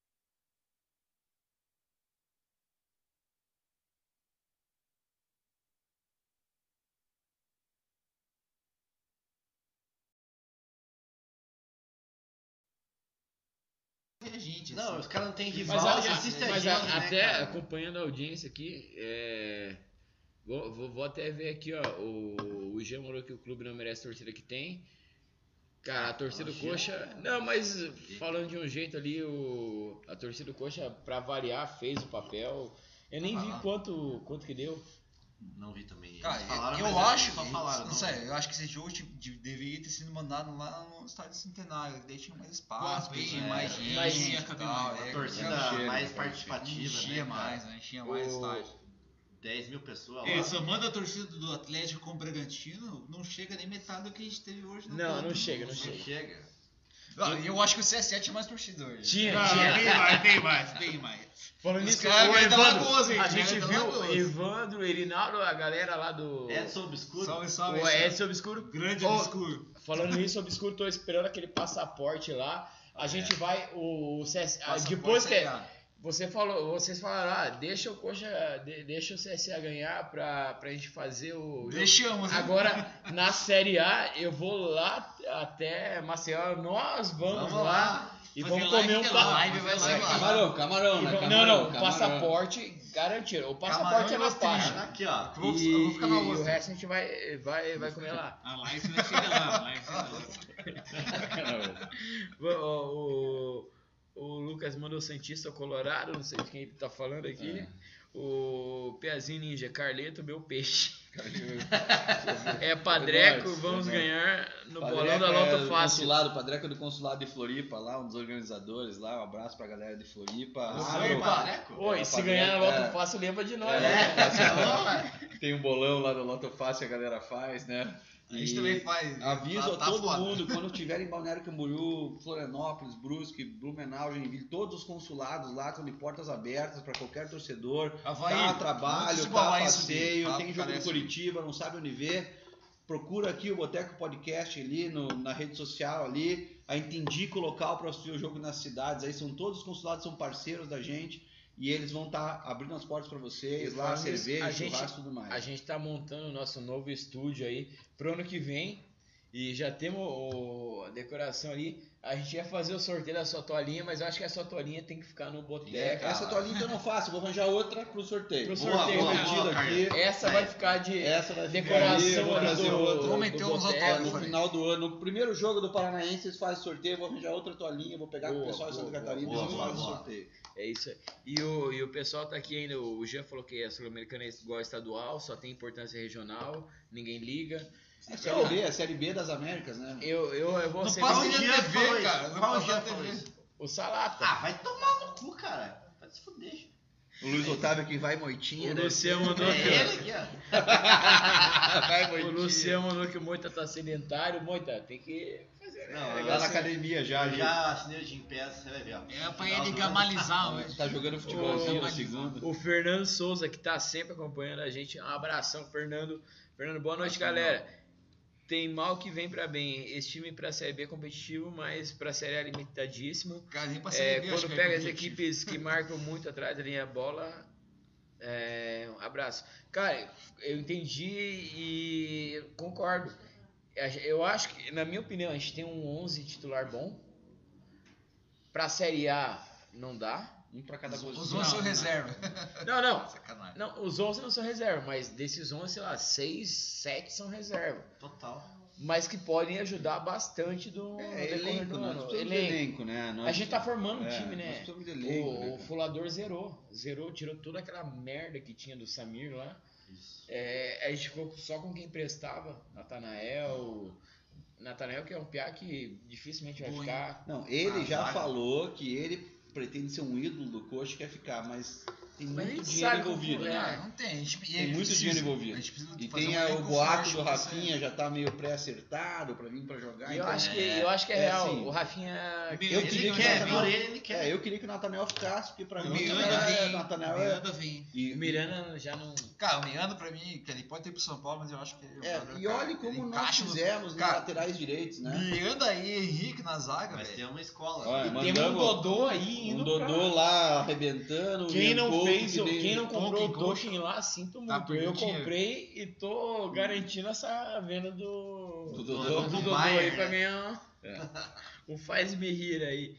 ver a gente, assim.
Não, os caras não têm rival,
Mas,
mas,
aliás,
assiste a
mas
gente,
a-
né,
até
cara?
acompanhando a audiência aqui, é, vou, vou- vou até ver aqui, ó. O, o Jean falou que o clube não merece a torcida que tem. Cara, a torcida do
o Jean
Coxa.
é-
Não, mas falando de um jeito ali, o, a torcida do Coxa, pra variar, fez o papel. Eu nem vi
Ah.
quanto, quanto que deu.
Não vi também. Eles
Cara,
falaram,
eu
mas é
acho,
Só falaram,
não,
não.
sei, eu acho que esse jogo tipo, de- deveria ter sido mandado lá no estádio Centenário, que daí tinha mais espaço,
Pô,
tinha
é,
mais
é,
gente,
mas
e
ia caber
tal,
mais.
é,
A
não
torcida
chega, não
mais
chega.
participativa, né,
enchia
cara?
mais, né? enchia mais
O-
estádio.
10 mil pessoas
É,
lá.
só manda a torcida do Atlético com o Bragantino, não chega nem metade do que a gente teve hoje no
Não,
campo.
não chega, não
Não
chega.
chega.
Ah, Eu acho que o CSE tinha mais torcida hoje.
Tinha,
Ah,
tinha.
Bem mais, bem mais, bem mais.
Falando
Os
nisso,
caras
o
vêm da
Evandro,
Lagoas, hein?
a
Vêm
né?
gente
da
viu
Lagoas.
Evandro, Erinaldo, a galera lá do.
Edson Obscuro.
Salve, salve.
né?
O
salve.
Edson Obscuro.
Grande
Ô,
obscuro.
Falando nisso, Obscuro, tô esperando aquele passaporte lá. A gente vai. O, o CS, ah,
É. Passaporte
depois que.
CSA.
Você falou, vocês falaram, ah, deixa o Coxa. de- deixa o CSA ganhar pra, pra gente fazer o.
Deixamos. né?
Agora, na Série A, eu vou lá até Maceió. Nós vamos, lá, e
Fazer
vamos
live
comer um
pela
pa-
live, vai
É,
lá.
camarão, camarão, né?
Não,
Camarão,
não,
camarão.
passaporte garantido. O passaporte
Camarão
é
e
meu pai.
lastrinha.
Aqui, ó.
Eu vou,
E-
eu vou ficar na
E o
outra.
resto a gente vai, vai, vai comer lá.
A live vai chegar lá, a é live vai chegar lá.
O, o- o Lucas mandou Santista Colorado, não sei de quem ele tá falando aqui.
É.
O Piazinho Ninja, Carleto, meu peixe. É Padreco,
Eduardo,
vamos
Eduardo.
ganhar no
Padreca
bolão da
é
Loto
do
Fácil.
Consulado, Padreca do Consulado de Floripa, lá, um dos organizadores lá. Um abraço pra galera de Floripa.
Ah,
Ah,
meu
o-
pai.
Oi,
É,
se
Padreca,
ganhar na Loto
é.
Fácil, lembra de nós,
É,
né?
tá
Tem um bolão lá do Loto Fácil que a galera faz, né?
A gente
E
também faz.
Aviso
tá-
a
tá
todo
foda.
mundo, quando tiver em Balneário Camboriú, Florianópolis, Brusque, Blumenau, Joinville, todos os consulados lá estão de portas abertas para qualquer torcedor.
Havaí,
tá
antes
trabalho,
do
tá
Havaí subir,
passeio,
tá?
tem jogo
Parece-
do Curitiba, não sabe onde ver. Procura aqui o Boteco Podcast ali no- na rede social ali. A gente indica o local para assistir o jogo nas cidades. Aí são todos os consulados, são parceiros da gente. E eles vão estar abrindo as portas para vocês,
E
lá,
falando nisso,
cerveja,
a gente-
churrasco e tudo mais.
A gente tá montando o nosso novo estúdio aí pro ano que vem. E já temos o- a decoração ali. A gente ia fazer o sorteio da sua toalhinha, mas eu acho que a sua toalhinha tem que ficar no boteco.
É, essa toalhinha eu não faço, vou arranjar outra pro sorteio.
Pro
Vou
sorteio,
vou
né?
pedir
Boa,
aqui.
Essa vai ficar de
Essa vai ficar ali,
decoração
eu vou
ali
trazer
do,
outra.
do
Vou meter uns
boteco.
autógrafos.
É, No final do ano, no primeiro jogo do Paranaense, eles fazem sorteio, eu vou arranjar outra toalhinha, vou pegar com
Boa,
o pessoal de
boa,
Santa Catarina
boa,
e eles
boa,
fazem
boa.
sorteio.
É isso aí. E o, e o pessoal tá aqui ainda. O Jean falou que a Sul-Americana é igual a estadual, só tem importância regional, ninguém liga.
A Série B, a Série B das Américas, né?
Eu, eu, eu vou
Não
ser
passa
bem-
de-
Jean
TV,
falou isso?
cara, não
Qual
passa
Jean
na
falou
TV.
isso?
o Salata.
Ah, vai tomar no cu, cara. Vai se fuder.
O Luiz Otávio que vai moitinha, né?
o Luciano
É
mandou aqui, ó.
ele aqui, ó.
vai
O Luciano mandou que o Moita tá sedentário. Moita, tem que fazer. né?
Não,
Lá
Negócio
na
é-
academia já,
Eu
já.
já assinei o Jim Pass, você vai ver, ó.
É pra ele gamalizar hoje.
Tá jogando futebolzinho
Ô,
na segunda.
O Fernando Souza, que tá sempre acompanhando a gente. Um abração, Fernando. Fernando, boa noite, galera. Tem mal que vem pra bem. Esse time pra Série B é competitivo, mas pra Série A é limitadíssimo.
Cara, nem pra
É,
Série B, acho
quando
que
pega
é
as
competitivo.
equipes que marcam muito atrás da linha bola. é, um abraço. Cara, eu entendi e concordo. Eu acho que, na minha opinião, a gente tem um 11 titular bom. Pra Série A não dá.
Um pra cada
Os
posição.
outros são
é
Não,
reserva.
Não, não.
Sacanagem.
Não, os 11 não são reserva, mas desses 11, sei lá, 6, 7 são reserva.
Total.
Mas que podem ajudar bastante do no
É,
decorrer
elenco,
do
nós
ano.
precisamos de
Elenco.
elenco, né?
A
Nós-
gente tá formando um
é,
time,
Nós
né?
precisamos de
o,
elenco, né?
o Fulador zerou. Zerou, tirou toda aquela merda que tinha do Samir lá.
Isso.
É, a gente ficou só com quem prestava. Natanael. Natanael, que é um piá que dificilmente vai
Bom,
ficar.
Não, ele
Ah,
já
vai.
falou que ele pretende ser um ídolo do coxa e quer ficar, mas
Tem
Mas a
muito
gente
dinheiro
sabe como
envolvido,
é.
né?
Não tem. A gente, e a
Tem
gente
muito dinheiro envolvido.
A gente precisa
E
fazer
tem
um
a- o
elenco
boato
forte
do
pra isso aí.
Rafinha já tá meio pré-acertado pra vir pra jogar.
E eu,
então-
acho que, eu acho que é,
é
real.
assim.
o Rafinha.
Eu
Ele
queria que o
quer,
Natanael-
Por ele, ele quer.
É, eu queria que o Nathaniel ficasse, porque pra
O
mim o
Miranda
Natanael é-
vem. O
Natanael é.
Miranda vem.
E,
O Miranda já não.
Cara, o Miranda pra mim, que ele pode ter pro São Paulo, mas eu acho que. ele é um
é,
jogador,
e
cara,
olha
ele
como nós
encaixa no-
fizemos nas
Cara,
laterais direitos, né?
Miranda e Henrique na zaga,
Mas tem
velho.
uma escola.
Olha,
né?
Tem um
mandamos-
Dodô aí
Um
indo
Dodô
pra...
lá arrebentando.
Quem
e um
não
pouco
fez,
que
o-
deu-
quem não comprou o
Pouco, pouco.
token lá, sinto
Tá
muito. Eu
perdido.
comprei e tô garantindo essa venda do.
Do
do
Dodô.
Dodô
Bayern,
aí
né?
pra mim. é ó. O faz me rir aí.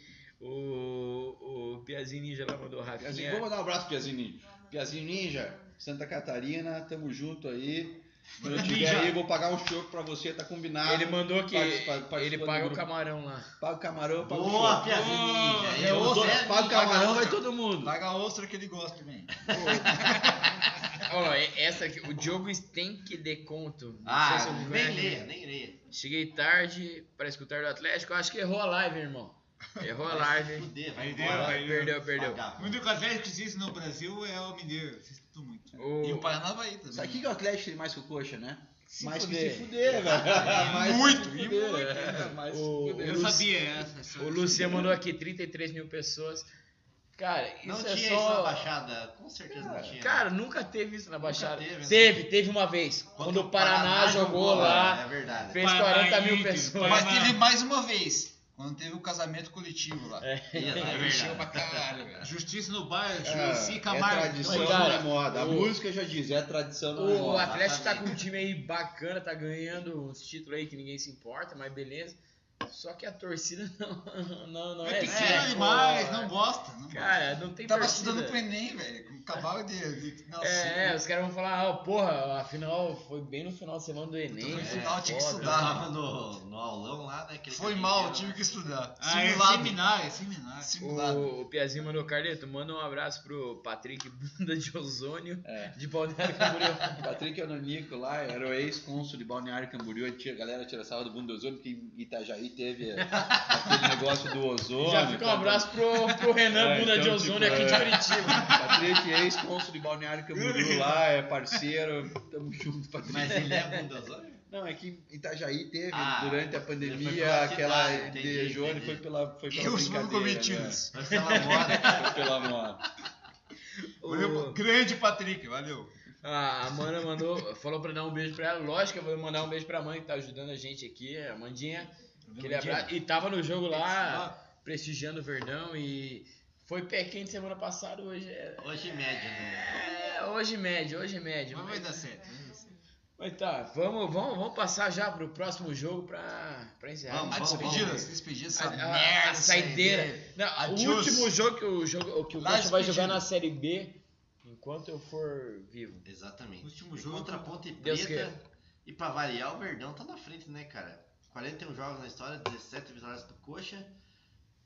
O, o Piazini já lá mandou o
Piazinho,
Rafinha.
vamos dar um abraço, Piazinho Ninja. Piazinho Ninja, Santa Catarina, tamo junto aí. Quando eu tiver
Ninja.
aí, eu vou pagar um choco pra você, tá combinado.
Ele mandou que
Participa- participa
ele
do
paga o
grupo.
camarão lá.
Paga o camarão, paga o
Boa,
choco.
Piazinho.
Boa.
É
Eu
o
sou-
Zé
Paga o camarão, vai todo mundo.
Paga a ostra que ele gosta também.
Ó, e- essa aqui, o Diogo tem que dê conto. Não sei
Ah,
se eu me
nem
conheço.
leia, nem leia.
Cheguei tarde pra escutar do Atlético. Acho que errou a live, irmão. Errou a
Vai se
live.
fuder, vai
Perdeu,
embora.
perdeu.
Perdeu, perdeu.
Vagabundo.
O único Atlético que existe no Brasil é o Mineiro. Vocês estão muito. E o
O...
Paranavaí também. né?
Sabe o que que o Atlético tem mais que o coxa, né?
Se
mais
fuder.
que se fuder, velho. Mais
Muito,
que se
e
fuder,
muito,
é. Mais
O-
se fuder.
Eu
Lu-
sabia essa. essa-
O Luciano mandou aqui 33 mil pessoas. Cara, isso
Não
é
tinha isso na
só.
baixada, com certeza não tinha.
Cara, nunca teve isso na Baixada.
teve, né?
teve, teve uma vez. Quando o Paraná, jogou lá,
É verdade.
fez
Paraná
40 mil
Inter,
pessoas.
Mas
Paraná.
teve mais uma vez, quando teve o casamento coletivo lá.
É.
Isso, é
Aí encheu pra
verdade.
caralho, velho. Justiça no bairro,
É,
Juicy
é
Camargo.
tradição,
Mas, cara,
não é moda. A
o-
música já diz, é tradição, não é
O
moda.
Atlético tá com
exatamente.
um time aí bacana, tá ganhando uns títulos aí que ninguém se importa, mas beleza. Só que a torcida não, não, não
é
é.
pequeno
é,
demais,
pô.
não gosta. Não gosta.
Cara, não tem
Tava
torcida.
estudando pro assim. Enem, velho, com cavalo de... de- Nossa,
É, é, os caras vão falar, ah, porra, afinal foi bem no final de semana do Enem.
Então, no
né?
final tinha que
Foda.
Eu
Tá.
tava no, no aulão lá, né? aquele
foi
que
mal,
eu
tive que estudar.
Ah, é
Simulado.
seminário,
seminário. Simulado.
O, o Piazinho mandou Carleto, manda um abraço pro Patrick Bunda de Ozônio
É.
de Balneário Camboriú.
O Patrick Anonico lá era o ex-cônsul de Balneário Camboriú. A tia- galera tira sarro do mundo do ozônio, porque em Itajaí teve é, aquele negócio do ozônio. tá
Já fica um abraço pro, pro Renan
É,
Bunda de
então,
Ozônio
tipo,
aqui de
é.
Curitiba.
Patrick, ex-cônsul de Balneário Camboriú lá, é parceiro. Tamo junto, Patrick.
Mas ele é bundazão?
Não, é que Itajaí teve,
Ah,
durante a
ele foi
pandemia,
pela
aquela
cidade, entendi,
dejone
entendi.
foi pela, foi pela
Eu sou
tá brincadeira. né?
cometidos.
Mas ela mora.
Foi pela moda.
Valeu, grande Patrick, valeu.
A Amanda mandou, falou pra dar um beijo pra ela. Lógico que eu vou mandar um beijo pra mãe que tá ajudando a gente aqui, é a Mandinha. Aquele abraço. E tava no jogo lá, prestigiando o Verdão e foi pé quente semana passada, hoje é.
Hoje média, né?
é, hoje médio, hoje médio.
Mas vai
Mas,
dar certo. né? vai dar certo.
mas tá, vamos, vamos, vamos passar já pro próximo jogo pra, pra encerrar.
Vamos,
A
vamos,
despedida,
vamos.
despedida,
A,
essa
a,
merda.
a saideira. Não, o
Adios.
último jogo que o, jogo, que o
Lá
Coxa vai
despedido.
jogar na Série B enquanto eu for vivo.
Exatamente.
Último
E
jogo.
Contra a Ponte
Deus
Preta. E pra variar, o Verdão tá na frente, né, cara? 41 jogos na história, 17 vitórias pro Coxa,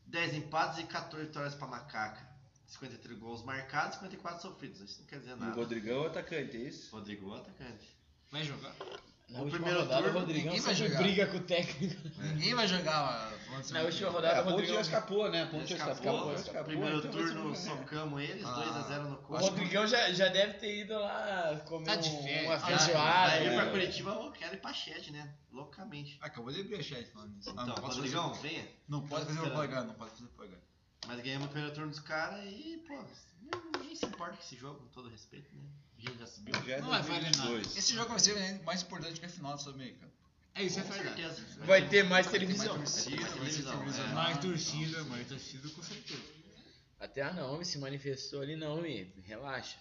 10 empates e 14 vitórias pra Macaca. 53 gols marcados, 54 sofridos. Isso não quer dizer
E o
nada.
Rodrigão é atacante, é isso?
Rodrigo é o atacante.
Vai jogar?
Na
O
última
primeiro
rodada,
turno,
o Rodrigão
ninguém vai
sempre
jogar.
briga com o técnico.
Ninguém vai jogar. mano.
Na última
É,
rodada,
a
o
ponte já
Rodrigão,
escapou, né? A ponte já
Escapou,
escapou. escapou,
primeiro
então vai ser
turno
um-
socamos eles,
Ah.
2x0 no
o
Coxa.
Rodrigão já, já deve ter ido lá comer
Tá de
um-
férias.
uma
Ah,
feijoada.
Vai vir
né?
pra
é.
Curitiba, eu quero ir pra Shed, né? Loucamente.
Ah, Acabou de abrir a chat falando isso. Ah,
Então,
não, posso
Rodrigão,
fazer-
venha.
não pode fazer
Esperando.
propaganda, não pode fazer propaganda.
Mas ganhamos o primeiro turno dos caras e, pô, ninguém se importa com esse jogo, com todo respeito, né? A gente já subiu.
Já é
Não vai valer nada.
2022.
Esse jogo vai ser mais importante que a final do Sul-Americano.
É isso, é
Com
verdade.
certeza.
Vai ter mais
Vai ter mais
televisão.
torcida,
um- Vai ter
vai ser
televisão,
televisionado.
é.
Mais torcida, mais torcida com certeza.
Até a Naomi se manifestou ali, Naomi, relaxa.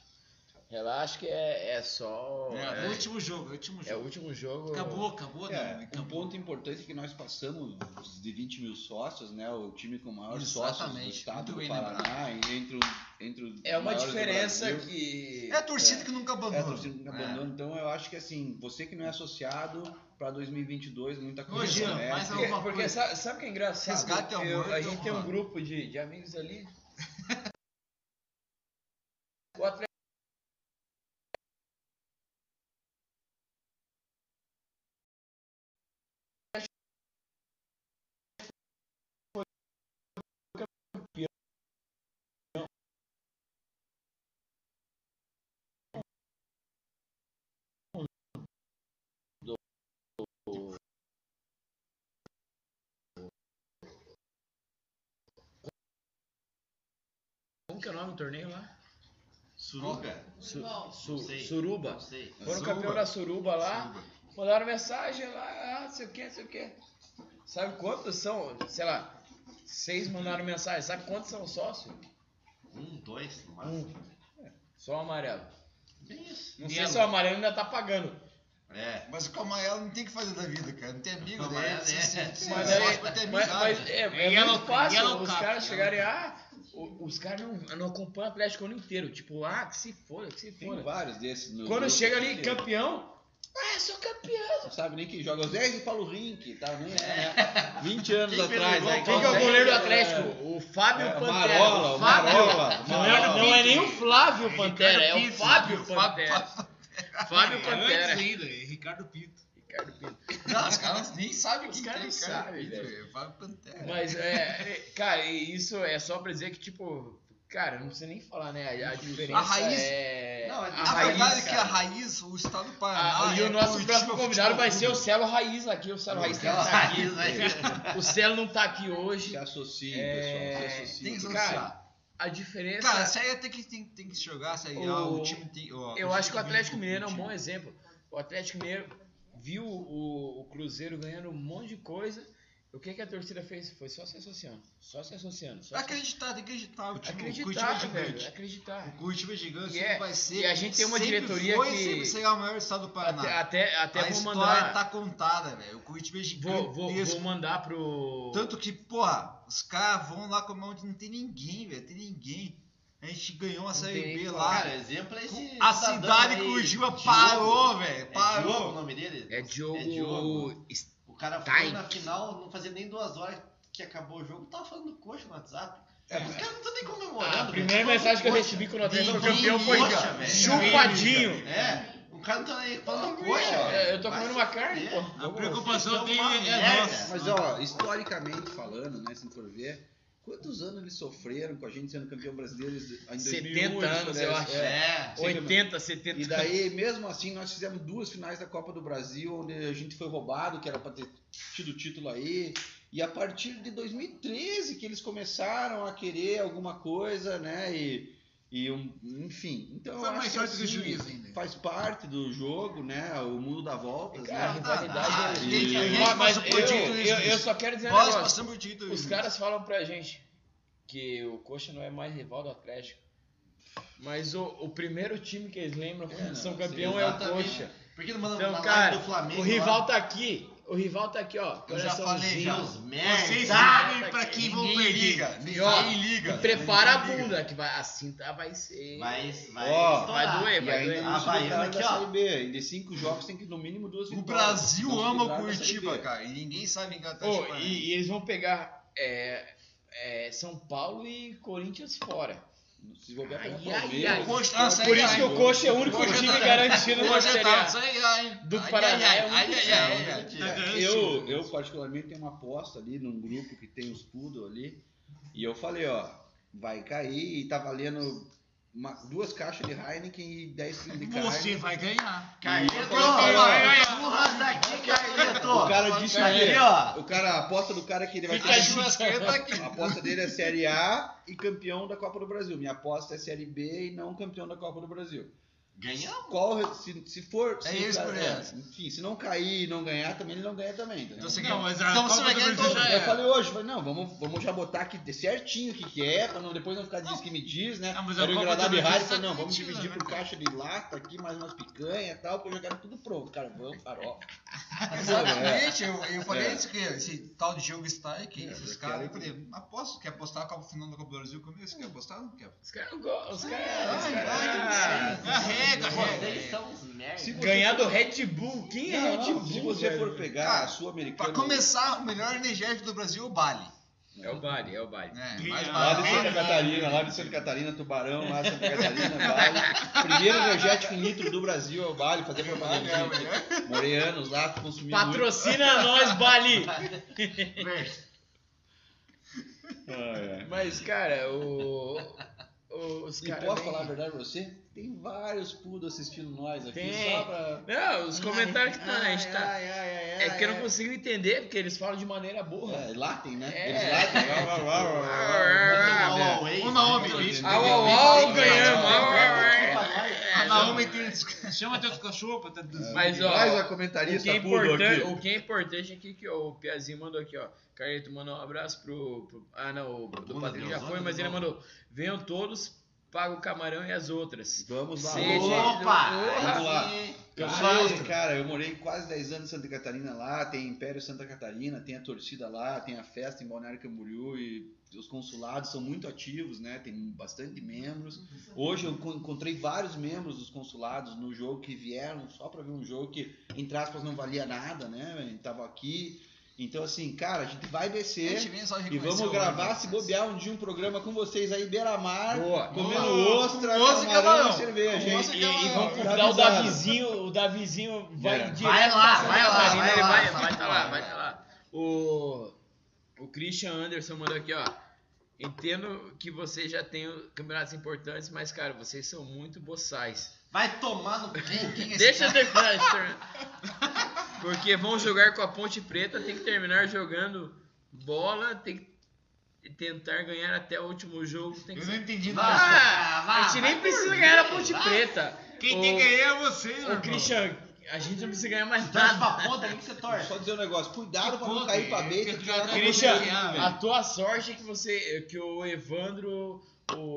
Relaxa que é, é só.
É,
É,
o último jogo, é o último
é o
jogo.
último jogo.
Acabou, acabou, né?
É, um
Acabou.
ponto importante é que nós passamos de 20 mil sócios, né? O time com maior sócios do
Exatamente,
estado
muito
do
bem
Paraná, e entre, o- entre os
É uma
maiores do
diferença
Brasil.
que.
É a torcida que nunca
É, a
abandona.
torcida nunca
É.
abandona. Então eu acho que assim, você que não é associado para 2022, muita coisa.
Ô, Jean,
né?
faz
Porque,
alguma
porque
coisa.
sabe, sabe o que é engraçado?
Resgate é um
Eu- a
morto,
gente tem um
mano.
grupo de, de amigos ali. o Atlético. foi campeão. Como que é o nome do torneio lá?
Suruca.
Su- su-
Não sei.
suruba.
Não sei.
Foram
Suruba.
campeão da Suruba lá. Mandaram mensagem lá, ah, não sei o que, não sei o que. Sabe quantos são? Sei lá, seis mandaram mensagem. Sabe quantos são sócios?
Um, dois, no máximo.
Só o amarelo.
Bem isso.
Não sei
Melo.
se o amarelo ainda tá pagando.
É.
Mas com o amarelo não tem o que fazer da vida, cara. Não tem amigo,
Com o
né?
amarelo,
Se-
é.
se- se-
Mas,
se-
aí-
pra ter
mas-
amizade.
mas é, é
É yellow-
muito fácil
yellow
os
cap,
caras
yellow
chegarem, ah, o- os caras não, não acompanham o Atlético o ano inteiro. Tipo, ah, que se foda, que se
Tem
foda.
vários desses. No
Quando
no-
chega ali campeão, ah, sou campeão.
Não sabe nem quem joga. O Zé e Paulo Rink, tá? Nem, né? 20 anos
Quem fez o
atrás. né?
gol?
aí,
É. Quem que é o
Zé,
goleiro do
é,
Atlético? O Fábio
É, o
Pantera.
Marola, o
Fábio.
Marola, o
Não,
Marola.
é, não é nem o Flávio
Ricardo
Pantera, é o
Pinto.
Fábio Pantera. Fábio
Antes
Pantera.
ainda, é Ricardo Pinto.
Ricardo Pinto.
Não, os caras nem sabem o que
Os caras
tem,
não
cara.
sabem, né? velho.
Fábio Pantera.
Mas, é, é, cara, e isso é só pra dizer que, tipo, cara, não precisa nem falar, né? A, a diferença
A raiz-
é...
Não, é-
a
A, verdade
raiz,
é que
cara.
a raiz, o estado do Paraná.
Ah, e
é
o nosso
Curitiba
próximo convidado vai ser
Futebol
o Celo Raiz aqui. O Celo Raiz tem que
Aquela
estar aqui.
raiz, né?
O Celo não tá aqui hoje.
Se associem,
É,
pessoal.
tem
Se
que
associem.
ser
Cara, a diferença.
Clube. Cara, a Série A tem que, tem, tem que se jogar, a Série A,
O-
o time tem. ó,
eu acho que o
time
Atlético
vem
Mineiro é um
com o
bom
time.
exemplo. O Atlético Mineiro viu o, o Cruzeiro ganhando um monte de coisa. O que, que a torcida fez? Foi só se associando. Só se associando. Só se-
Acreditar, tem que acreditar. O time o Curitiba
Acreditar,
é
velho.
gigante.
Acreditar.
O Curitiba é gigante,
E é-
sempre vai ser.
e a gente tem uma
sempre
diretoria
foi,
que-
Sempre será o maior estado do Paraná.
Até, até, até
a
vou
história
mandar.
tá contada, velho. O Curitiba é
Vou, vou, vou
gigantesco.
mandar pro.
Tanto que, porra, os caras vão lá comer onde não tem ninguém, velho. Tem ninguém. A gente ganhou uma
Não
Série
tem tá
B
como,
lá.
Cara, exemplo é esse.
a
cidadão
cidade
aí,
Curitiba
Diogo.
parou, velho.
É
Parou.
Diogo o nome dele?
É Diogo.
É Diogo. O cara
Tá,
foi
hein?
na final, não fazia nem duas horas que acabou o jogo, tava falando do coxa no WhatsApp. Os caras não estão nem comemorando.
É. Ah, A
velho.
primeira
Falando
mensagem que eu
coxa.
recebi quando o Atlético foi
Ninguém
campeão foi
liga,
"Chupa,
velho.
chupadinho.
É, o cara não tá nem falando
Ah,
coxa.
é,
velho. é.
eu tô
Vai
comendo
se
uma carne,
fuder.
pô.
A
então,
preocupação
Vocês
dele
são uma
é
merda.
nossa.
Mas, ó, historicamente falando, né, se a gente for ver, quantos anos eles sofreram com a gente sendo campeão brasileiro em
70
2008,
anos, eu
né?
acho.
É.
É.
Sim,
80, 70
E daí, mesmo assim, nós fizemos duas finais da Copa do Brasil, onde a gente foi roubado, que era para ter tido o título aí. E a partir de 2013 que eles começaram a querer alguma coisa, né? E, e um, enfim. Então, eu
Foi
acho
mais
que,
sorte do que
assim,
juiz ainda.
Faz parte do jogo, né? O mundo dá voltas,
Cara, a
né?
rivalidade
Ah,
é.
gente, a gente
Ó, mas
passou por
eu,
título
eu,
isso,
eu
bicho.
só quero dizer um
Nós
negócio.
passamos por título.
Os
isso.
caras falam pra gente que o Coxa não é mais rival do Atlético. Mas o, o primeiro time que eles lembram
É, não,
quando são
sim,
campeão é o
exatamente.
Coxa.
Por que não manda
Então,
na
cara,
live do Flamengo?
O rival tá aqui. O rival tá aqui, ó.
Eu já falei, já.
coraçãozinho.
Deus, merda. Tá
Vocês
Sabem pra quem vão Ninguém
perder.
liga.
E, ó,
Ninguém liga.
E prepara a
Ninguém liga.
bunda, que vai, a cinta vai ser.
Vai, vai,
Ó,
estourar.
vai doer.
E ainda não
Ah,
se
vai,
livraram
aqui,
da
ó.
Série B. E de cinco jogos tem que no mínimo duas
O
vitórias.
Brasil
Não se
ama
livraram da Série
Curitiba,
B.
cara. E ninguém sabe engatar
Ô, e, e eles vão pegar é, é, São Paulo e Corinthians fora.
Se bobear,
Ai,
pega
ai,
Palmeiras.
ai.
Ah, sério?
Por isso que o Coxa é o único
Coxa
time
tá-
garantido na
Hoje é
Série
tá,
A.
isso aí, ai.
Do
Ai,
Paraná,
ai,
é
ai,
muito
ai,
legal,
ai,
né?
ai.
Tá ganhando
É, Eu,
sim.
eu particularmente tenho uma aposta ali num grupo que tem os poodle ali. E eu falei, ó, vai cair e tá valendo uma- duas caixas de Heineken e 10 quilos de carne.
Você vai ganhar.
Carleto,
Ô, mano.
Surras daqui, Carleto.
O cara disse
Aqui,
é.
que
ó.
o cara, a aposta do cara é que ele vai
Fica
A
ser.
churrasqueira tá aqui.
A aposta dele é Série A e campeão da Copa do Brasil. Minha aposta é Série B e não campeão da Copa do Brasil.
Ganhou?
Qual, re- se, se for.
É
se o
isso,
cara-
Breno.
Enfim, se não cair e não ganhar, também ele não ganha também. entendeu?
Então você
Não, mas a
Então você
Copa
vai
do
ganhar
Brasil
todo.
já
Eu
é.
falei hoje, falei, não, vamos, vamos já botar aqui de certinho o que, que é, pra não, depois não ficar diz que me diz, né?
Ah, mas a
Era
Copa
engradado
também
de rádio,
tá
falei, não, vamos
contida,
dividir
né,
por
cara?
caixa de lata aqui, mais umas picanha e tal, porque eu já quero tudo pronto, carvão, farofa. Exatamente.
Exatamente, eu, eu falei
É.
isso que esse tal de jogo Strike,
É,
esses
eu
caras, eu
quero
falei, aposto, quer apostar a Copa Final da Copa do Brasil comigo? Você quer apostar? Não quer.
Os caras não gostam. Os caras.
Ai,
Ah,
ai, que Arrega,
Vocês
pô.
são uns merda.
Se-
ganhar do Red Bull. Quem é Red Bull?
se você
velho?
for pegar
Cara,
a Sul-Americana...
Pra começar, o melhor energético do Brasil é o Bali.
É o Bari, é o Bari.
Né?
Quem
Mais
é?
Lá
barato.
de Santa Catarina, lá de Santa Catarina, Tubarão, lá de Santa Catarina, Vale. Primeiro energético em litro do Brasil é o Vale, fazer propaganda.
É o melhor.
Moreanos lá, consumindo muito.
Patrocina nós, Bali!
velho.
Ah, é.
Mas, cara, né? o. o os
E
caras.
posso
vêm-
falar a verdade pra você? Tem vários pudos assistindo nós aqui
Tem.
só pra.
Não, os comentários que tá, a gente tá.
Ai, ai, ai, ai,
É que eu não
ai.
consigo entender, porque eles falam de maneira burra.
É, latem, né?
É.
Eles latem.
Ah,
Ô, Naomi, isso.
Au, au, au, ganhamos. au, au, au.
A
É,
Naomi tem. Chama teus cachorros pra
É.
te
Mas, ó,
Mais uma
O que,
comentarista
é
pudo
importante,
aqui.
o que é importante aqui que o Piazinho mandou aqui, ó. Carlito, mandou um abraço pro. pro- ah, não, o do
Manda
Patrick já
Deus,
foi,
manda
mas ele
Deus.
mandou. Venham todos, paga o camarão e as outras.
Vamos lá.
Seja-
Opa!
Vamos lá. Eu
Cara,
sou, cara, eu morei quase 10 anos em Santa Catarina lá, tem Império Santa Catarina, tem a torcida lá, tem a festa em Balneário Camboriú e os consulados são muito ativos, né? Tem bastante membros. Hoje eu encon- encontrei vários membros dos consulados no jogo que vieram só para ver um jogo que, entre aspas, não valia nada, né? A gente tava aqui. Então, assim, cara, a gente vai descer e vamos
né?
gravar, se bobear um dia, um programa com vocês aí, Beira-Mar,
Boa.
comendo
Boa.
ostra,
Com ostra e
camarão
camarão.
e cerveja, hein?
E, e vamos
Dá
convidar o
avisado.
Davizinho, o Davizinho vai
É.
direto
Vai lá,
pra
vai lá,
Catarina,
vai
ele
lá,
vai,
vai
vai tá
lá.
lá, vai tá lá. O, o Christian Anderson mandou aqui, ó. Entendo que vocês já têm campeonatos importantes, mas, cara, vocês são muito boçais.
Vai tomar no
é
cu.
Deixa eu terminar esse torneio. Porque vão jogar com a Ponte Preta, tem que terminar jogando bola, tem que tentar ganhar até o último jogo. Tem que ser-
entendi
Ah,
Hum, Vá,
a gente
vai
nem precisa ganhar a Ponte Preta.
Quem
O-
tem que ganhar é você, meu
Ô,
irmão.
Christian, a gente não precisa ganhar mais
Torce
nada.
pra ponta aí que você torce.
Só dizer um negócio, cuidado pra não
Puta,
cair pra
é,
beita.
que
que
já
lá
tá
na
Christian,
cozinha,
velho.
A tua sorte é que você. que o Evandro,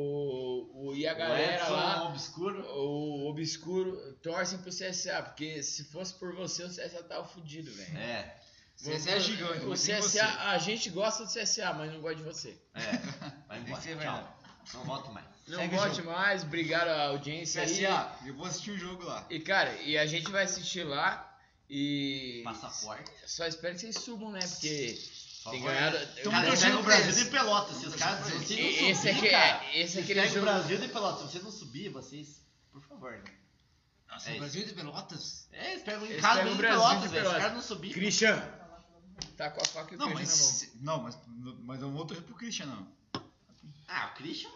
o. o e a galera
Edson
lá,
obscuro.
o Obscuro, torcem pro CSA, porque se fosse por você, o CSA tava fudido, velho.
É,
CSA é gigante,
O
mas tem
CSA,
você.
a gente gosta do CSA, mas não gosta de você.
é. Vai
Tem que ser
embora. Tchau. Não volto mais.
Não
Segue o
goste mais, obrigado à audiência aí.
CSA, eu vou assistir o jogo lá.
E cara, e a gente vai assistir lá e
Passaporte.
só espero que vocês subam, né? Porque
Por
tem
favor.
ganhado.
Cara,
Cara,
eu
torcendo
pego é o
pra
Brasil
eles.
de pelota. Esses caras, se vocês não
esse
subirem,
aqui
cara,
é, esse é
vocês
aquele
pegam o
jogo.
Brasil é de pelota. Se vocês não subir, vocês... Por favor, né?
Nossa,
É
o Brasil de Pelotas?
É, eles pegam em
Eles
casa
pegam o
de
Brasil de
pelotas, velho. Se
pelota.
os caras não subirem...
Christian, tá com a faca e o
Não,
queijo na mão.
mas. Não, mas, mas eu não vou torcer pro Christian, não.
Ah, o Christian...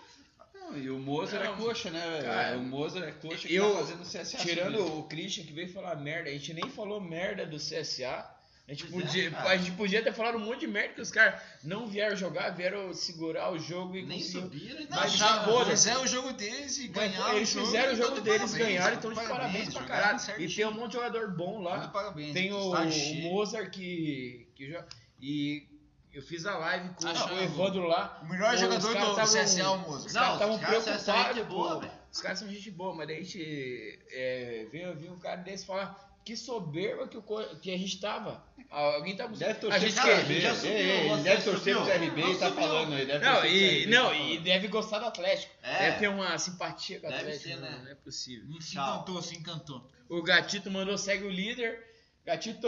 Não, e o Mozart é
Não,
coxa, né, velho?
cara,
o Mozart é coxa que
eu-
tá fazendo CSA.
Tirando
subir.
o Christian que veio falar merda, a gente nem falou merda do CSA. A gente,
Pois é,
podia,
cara.
a gente podia ter falado um monte de merda que os caras não vieram jogar, vieram segurar o jogo e
Nem
conseguiu.
subiram e
Mas
nada.
já foda-se.
Mas é o jogo deles e
Mas
ganharam.
eles
o jogo,
fizeram o
então
jogo
de
deles,
parabéns,
ganharam, então de
parabéns,
parabéns pra
jogaram
caralho. E tem
certinho.
um monte de jogador bom
Então,
lá.
de Parabéns.
Tem o,
estádio
o
cheio.
Mozart que, que joga. E eu fiz a live com
Ah,
o Evandro lá.
O melhor
Os
jogador
caras
do, do
tavam-
CSA é o Mozart.
Os
Não,
caras
os
estavam
caras, essa é
preocupados.
gente boa,
pô.
velho.
os caras são gente boa, mas daí a gente é, veio ouvir um cara desse falar que soberba que, o, co- que a gente tava. Alguém tava
Deve
A
torcer
gente
pro
cara,
que...
a gente já
CRB.
subiu,
Ei,
você
ei, é, Ele deve
subiu.
torcer pro CRB e
Não
tá
subiu.
falando. Ele deve
Não,
torcer pro
e,
CRB,
não
tá
e
falando.
deve gostar do Atlético.
É.
Deve ter uma simpatia com o
Deve
Atlético.
ser,
não,
né?
não é possível.
Se
Tchau.
encantou, se encantou.
O Gatito mandou segue o líder. Gatito,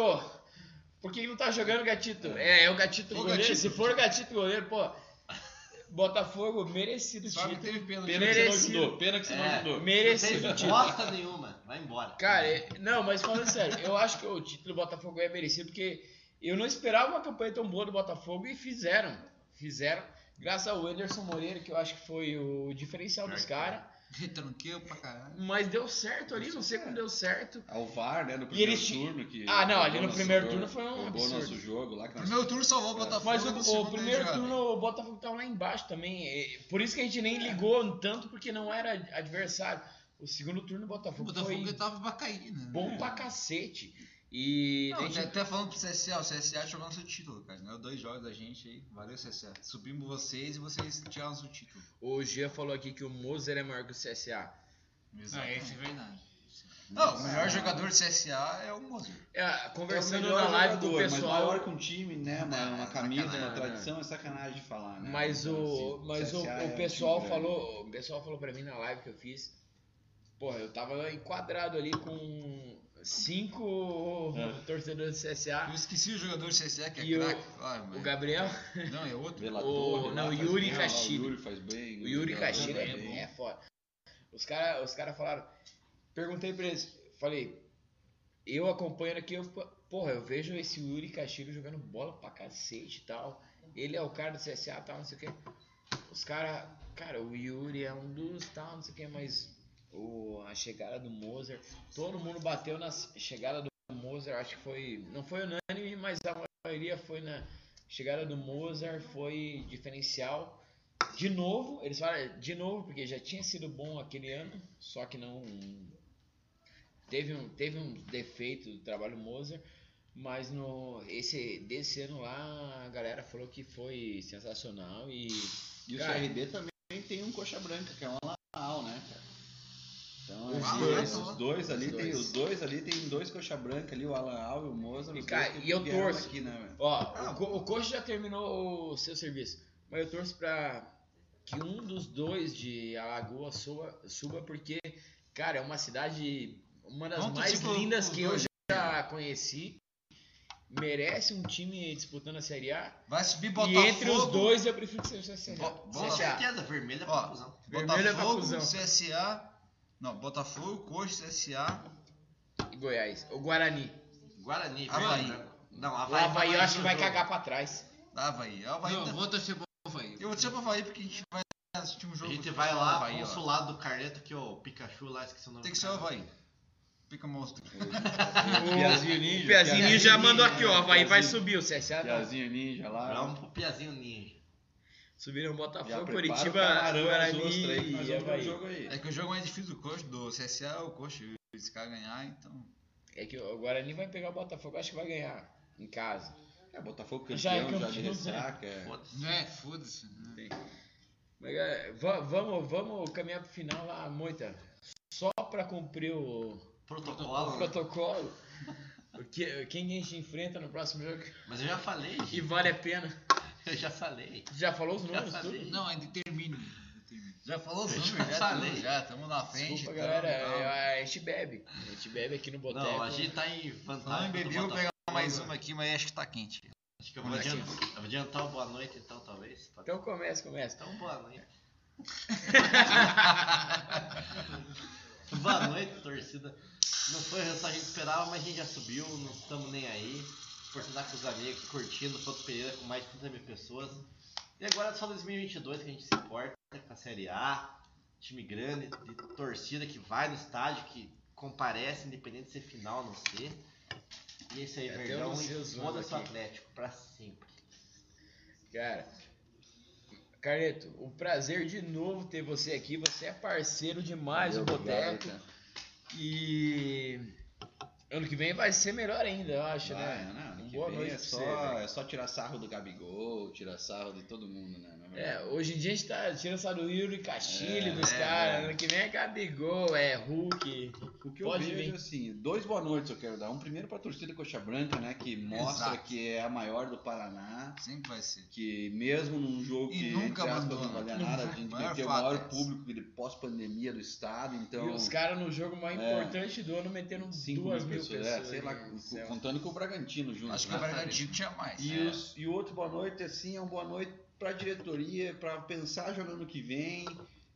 por que que não tá jogando Gatito? É, é o Gatito
Ô,
goleiro.
Gatito.
Se for o Gatito goleiro, pô, Botafogo merecido o
Só que
título.
teve pênalti.
Pena que você não
merecido.
ajudou. Pena que você não
É.
ajudou.
Vocês
Merecido o
não
título.
bosta nenhuma. Vai embora.
Cara, é- não, mas falando sério, eu acho que o título do Botafogo é merecido porque eu não esperava uma campanha tão boa do Botafogo e fizeram. Fizeram. Graças ao Anderson Moreira, que eu acho que foi o diferencial dos caras.
Retranqueu pra caralho.
Mas deu certo ali, não sei como deu certo.
Ao VAR, né, no
E
primeiro
eles ti-
turno. Que
Ah, não, ali no
roubou nosso
primeiro
jogo,
turno foi um
roubou
absurdo.
nosso jogo lá. Que nós...
Primeiro turno salvou o Botafogo.
É. Mas
no
o, o
segundo
primeiro
eles jogaram.
turno o Botafogo tava lá embaixo também. é, Por isso que a gente nem ligou tanto, porque não era adversário. O segundo turno o
O
Botafogo,
Botafogo
foi
tava pra cair, né?
bom pra cacete. E
Não,
daí a gente-
até, até falando pro CSA, o CSA jogou nosso título, cara. Ganhou dois jogos da gente aí. Valeu, CSA. Subimos vocês e vocês tiraram nosso título.
o Gia falou aqui que o Moser é maior que o CSA.
Ah, esse é verdade.
Não, o melhor jogador do CSA é o Mozart.
É,
É o
conversando
melhor
na live com
jogador,
o
Mas
pessoal.
maior com um time, né? Uma, uma camisa, uma
sacanagem. né?
tradição, é sacanagem de falar, né?
Mas
Então,
o,
assim,
mas o,
CSA é um
o
time
pessoal
grande.
falou, o pessoal falou para mim na live que eu fiz. Porra, eu tava enquadrado ali com cinco
É.
torcedores do
Eu
CSA,
esqueci o jogador do CSA, que é
E o-
craque. Ah, mas-
o Gabriel,
Não, é outro.
Velatore,
O-
lá
não,
faz
Yuri
bem, lá,
Kashiri.
O Yuri faz bem.
o Yuri
Velatore
Kashira
faz
é,
bem.
é foda. Os caras os cara falaram, perguntei pra eles, falei, eu acompanhando aqui, eu, fico- porra, eu vejo esse Yuri Kashiro jogando bola pra cacete e tal. Ele é o cara do CSA e tal, não sei o quê. Os caras. Cara, o Yuri é um dos tal, não sei o que, mas o, a chegada do Moser. Todo mundo bateu na chegada do Moser, acho que foi. Não foi unânime, mas a maioria foi na chegada do Moser, foi diferencial. De novo, eles falam de novo, porque já tinha sido bom aquele ano, só que não. Teve um, teve um defeito do trabalho Moser, mas no esse desse ano lá a galera falou que foi sensacional e
E o
Cara,
CRB também tem um coxa branca, que é um Alaal, né, cara? Então,
Os
assim,
dois,
os dois ali
os
tem
né? dois.
os dois ali tem dois coxa branca ali, o Alaal e o Moza.
E, cara, e eu torço.
aqui, né, velho?
ó, o, co- o coach já terminou o seu serviço, mas eu torço pra que um dos dois de Alagoas suba, suba porque cara, é uma cidade uma das
Vamos
mais
torcer pro-
lindas
pros
que eu
dois.
já conheci. Merece um time disputando a Série A.
Vai subir
e
Botafogo.
entre os dois eu prefiro que seja a Série A.
Bo-
Com
Bola-
CSA.
certeza, vermelha é
Ó,
confusão.
Vermelho é pra
Botafogo,
cuzão.
CSA. Não, Botafogo, Coxa, CSA.
E Goiás. O Guarani.
Guarani,
Havaí.
vermelha. Não,
Ah,
O
Havaí.
Havaí eu acho que vai
jogo.
cagar pra trás.
Havaí. Havaí
Não,
tá-
vou torcer pro Havaí.
Eu vou dizer pro Havaí porque a gente vai assistir um
A
jogo.
gente
do
vai lá,
Havaí, ó.
consulado do Carleta, que é o Pikachu lá, esqueci o nome.
Tem que
do
ser o
cara.
Havaí. Pica monstro.
O
Piazinho Ninja.
Piazinho Ninja já mandou aqui, ó. Havaí vai
Piazinho-
subir o CSA. não.
Piazinho Ninja lá.
Vamos pro É um Piazinho Ninja.
Subiram
Já
um Botafogo,
prepara o
Curitiba,
camarão, as
Guarani
ostras aí, nós
e
vamos ver o
Havaí.
um jogo aí.
É que o jogo mais difícil do Coxa, do CSA é o Coxa. Esse cara ganhar, então.
É que o Guarani vai pegar o Botafogo, acho que vai ganhar em casa.
É, Botafogo campeão,
Já
já,
é
de
campeão,
ressaca. é.
Foda-se.
Não é, foda-se.
Mas, é, va- vamos, vamos caminhar pro final lá, Moita. Só pra cumprir o
Protocolo. né?
protocolo. o que- Quem a gente enfrenta no próximo jogo
Mas eu já falei,
e
gente.
vale a pena.
eu já falei.
Já falou os
Já
números, tudo?
falei.
Não, ainda termino.
Já falou os
Eu já
números, já
falei.
tamo- já estamos na frente.
Desculpa,
então,
galera.
calma.
é, A gente bebe. A gente bebe aqui no boteco.
Não, a gente tá em
Falando
vantagem.
em bebida, né? eu
contra o
vou pegar
Botafogo.
mais uma aqui, mas acho que tá quente.
Acho que eu vou
Vamos
adiantar, eu vou adiantar o boa noite então, talvez. Pode
Então começa, começa.
Então, boa noite. boa noite, torcida. Não foi o resultado que a gente esperava, mas a gente já subiu, não estamos nem aí. Oportunidade com os amigos, curtindo, Souto Pereira com mais de 30 mil pessoas. E agora é só 2022 que a gente se importa com a Série A, time grande, de torcida que vai no estádio, que comparece, independente de ser final ou não ser. E é isso aí,
Até
Verdão,
o Luciano
e foda-se o
aqui.
Atlético, pra sempre.
Cara, Carleto, o prazer de novo ter você aqui. Você é parceiro demais do
Obrigado,
Boteco.
cara.
E ano que vem vai ser melhor ainda, eu acho,
Vai,
né?
né?
Um
Que
boa
vem
noite
é
pra
só,
você, velho.
é só tirar sarro do Gabigol, tirar sarro de todo mundo, né? Na
É,
verdade.
hoje em dia a gente tá tirando essa do Yuri Castilho
É,
dos
é,
caras.
é.
Ano que vem é Gabigol, é Hulk.
O que eu
Pode
vejo,
vir.
assim, dois boa noites eu quero dar. Um primeiro pra torcida Coxa Branca, né? Que mostra
Exato.
que é a maior do Paraná.
Sempre vai ser.
Que mesmo num jogo
E
que
nunca
entre aspas,
abandona.
não valia
Não
nada,
vai.
a gente
Maior
tem o
fato
maior
é esse.
público de pós-pandemia do estado, então.
e os caras no jogo mais
é.
importante do ano meteram
5
duas mil
pessoas,
pessoas.
é, sei lá,
meu
co-
céu.
contando com o Bragantino junto.
Acho que
né?
o Bragantino tinha mais.
E,
É.
os- e o outro boa noite, assim, é um boa noite para a diretoria, para pensar já no ano que vem,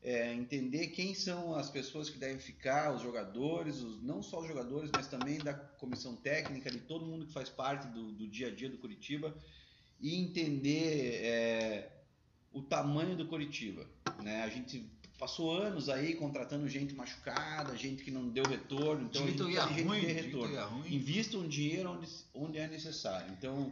é, entender quem são as pessoas que devem ficar, os jogadores, os- não só os jogadores, mas também da comissão técnica, de todo mundo que faz parte do, do dia a dia do Curitiba, e entender é, o tamanho do Curitiba. né? A gente passou anos aí contratando gente machucada, gente que não deu retorno, então a gente
diretoria
precisa de
ruim,
gente que dê retorno.
diretoria ruim.
Invista um dinheiro onde, onde é necessário. Então,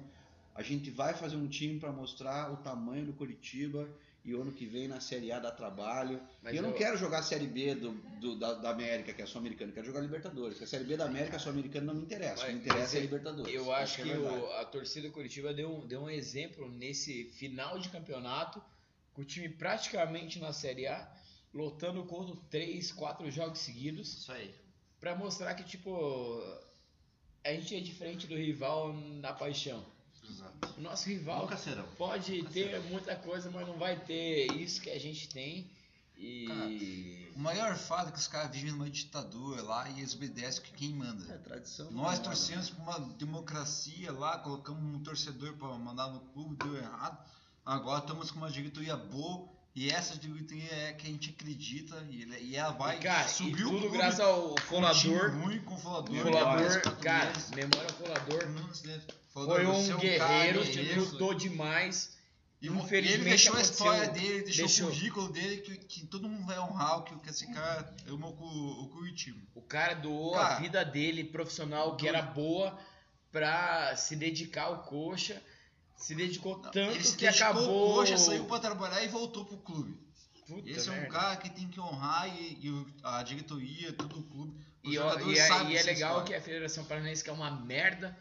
a gente vai fazer um time para mostrar o tamanho do Curitiba e o ano que vem na Série A dá trabalho.
Mas
e eu não
eu-
quero jogar a Série B do, do- da, da América, que é só americana, eu quero jogar Libertadores. Porque a Série B da América, só americana, não me interessa. O que
Mas-
me interessa
mas
é
eu-
Libertadores.
Eu acho
Essa
que
é a verdade.
o- a torcida do Curitiba deu um, deu um exemplo nesse final de campeonato, com o time praticamente na Série A, lotando o Couto 3, 4 jogos seguidos,
Isso aí.
pra mostrar que, tipo, a gente é diferente do rival na paixão.
Exato.
O nosso rival
Nunca serão.
pode ter muita coisa, mas não vai ter isso que a gente tem. E.
O maior fato é que os caras vivem numa ditadura lá e eles obedecem o que quem
É,
manda.
tradição. não é
Nós
nada.
torcemos por uma democracia lá, colocamos um torcedor pra mandar no clube, deu errado. Agora estamos com uma diretoria boa e essa diretoria é que a gente acredita e, ele- e ela vai
e, cara, e
subir o
tudo
clube
graças ao
com um time
colador.
ruim com o Folador.
Colador,
Parece quatro
cara,
meses.
memória colador.
Não, né? você- Folador,
Foi
você é
um
cara
guerreiro,
guerreiro.
lutou demais.
E o-
Infelizmente,
ele deixou a
aconteceu.
história dele, deixou,
Deixou.
o currículo dele, que, que todo mundo vai honrar o que o que esse cara amou com o o Curitiba.
O cara doou a
Cara,
vida dele profissional, que era boa, pra se dedicar ao coxa. Se dedicou tanto
ele se
que
dedicou,
acabou.
Coxa, saiu pra trabalhar e voltou pro clube.
Puta
Esse é um
merda.
cara que tem que honrar e, e o- a diretoria, todo o clube. os
E, ó,
jogadores
e é-
sabem
e é
dessa
legal que
história.
a Federação Paranaense que é uma merda,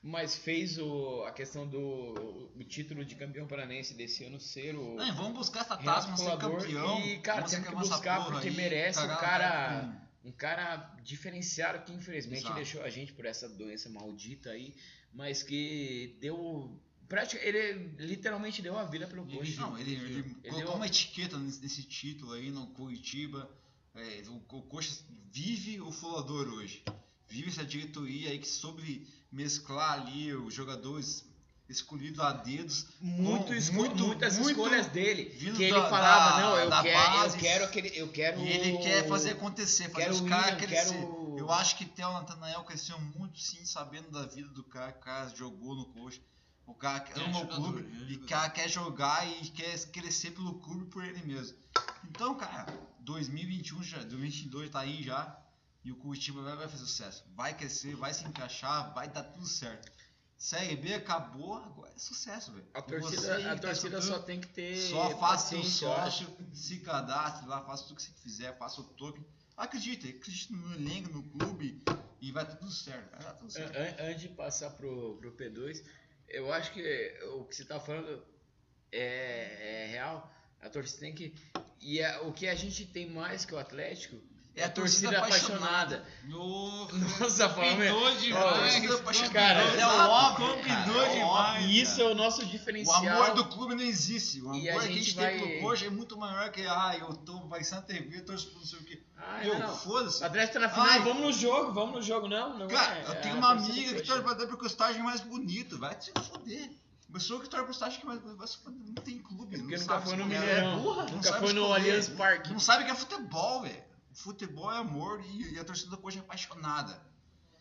mas fez o, a questão do o título de campeão paranaense desse ano ser é o
Não, e vamos buscar essa
Renato
taça, vamos ser
Colador
campeão.
e, cara,
vamos
temos que
acabar essa
buscar
porra
porque
aí,
merece, o
cagar,
cara-
hum.
um cara diferenciado que infelizmente
Exato.
deixou a gente por essa doença maldita aí, mas que deu prática, ele literalmente deu a vida pelo
Ele,
coxa.
não, ele, ele colocou
deu-
uma etiqueta nesse, nesse título aí no Curitiba. É, o, o Coxa vive o Fulador hoje. Vive essa diretoria aí que soube mesclar ali os jogadores escolhidos a dedos.
muito,
com-
esco-
muito-
muitas
muito
escolhas dele,
vindo
que ele
da-
falava,
da-
não, eu
da
quero, eu
base.
quero aquele, eu quero
E ele quer fazer acontecer, fazer
quero
os
o
caras
William,
crescer.
quero-
Eu acho que até o Natanael cresceu muito sim, sabendo da vida do cara. O cara jogou no coxa. O cara
É
ama o
jogador,
clube.
é
e o
jogador.
cara quer jogar e quer crescer pelo clube por ele mesmo. Então, cara, 2021 já, 2022 tá aí já. E o Curitiba vai, vai fazer sucesso. Vai crescer, vai se encaixar, vai dar tudo certo. Série B acabou, agora é sucesso, velho.
A
E
torcida,
você
a
que tá
torcida
escutando,
só tem que ter
só faça seu
paciência, eu acho.
sócio, se cadastre lá, faça tudo que você quiser, faça o token. Acredita, acredita no elenco, no clube e vai tudo certo. Vai dar tudo certo.
An- an- Antes de passar pro, pro P2, eu acho que o que você tá falando é, é real. A torcida tem que. E a- o que a gente tem mais que o Atlético é a torcida, apaixonada.
Nossa,
Nossa, Palmeiras.
combinou demais.
torcida apaixonada.
Cara,
é
exato,
óbvio,
combinou
cara, é
demais,
óbvio.
E isso é o nosso
O
diferencial.
amor do clube não existe. O amor
E
que
a
a gente,
gente vai-
tem pelo coxa é muito maior que, ah, eu tô, vai ser na TV, eu torço pro não sei o quê.
Ai,
Meu,
Ah, não.
foda-se.
O Atlético tá na final,
Ai.
vamos no jogo, vamos no jogo, não. não
Cara,
é.
eu
É
tenho
a
uma
torcida
amiga que
coxa.
torce pra porque o estágio é mais bonito. Vai se foder. Pessoa que torce pro estágio que é mais bonito. Vai se foder. Não tem clube.
É Porque
não
nunca
sabe
foi no
escolher.
Mineirão.
É burra, não
Nunca
sabe
foi no
escolher.
Allianz Parque.
Não sabe o que é futebol, velho. Futebol é amor e, e a torcida do coxa é apaixonada.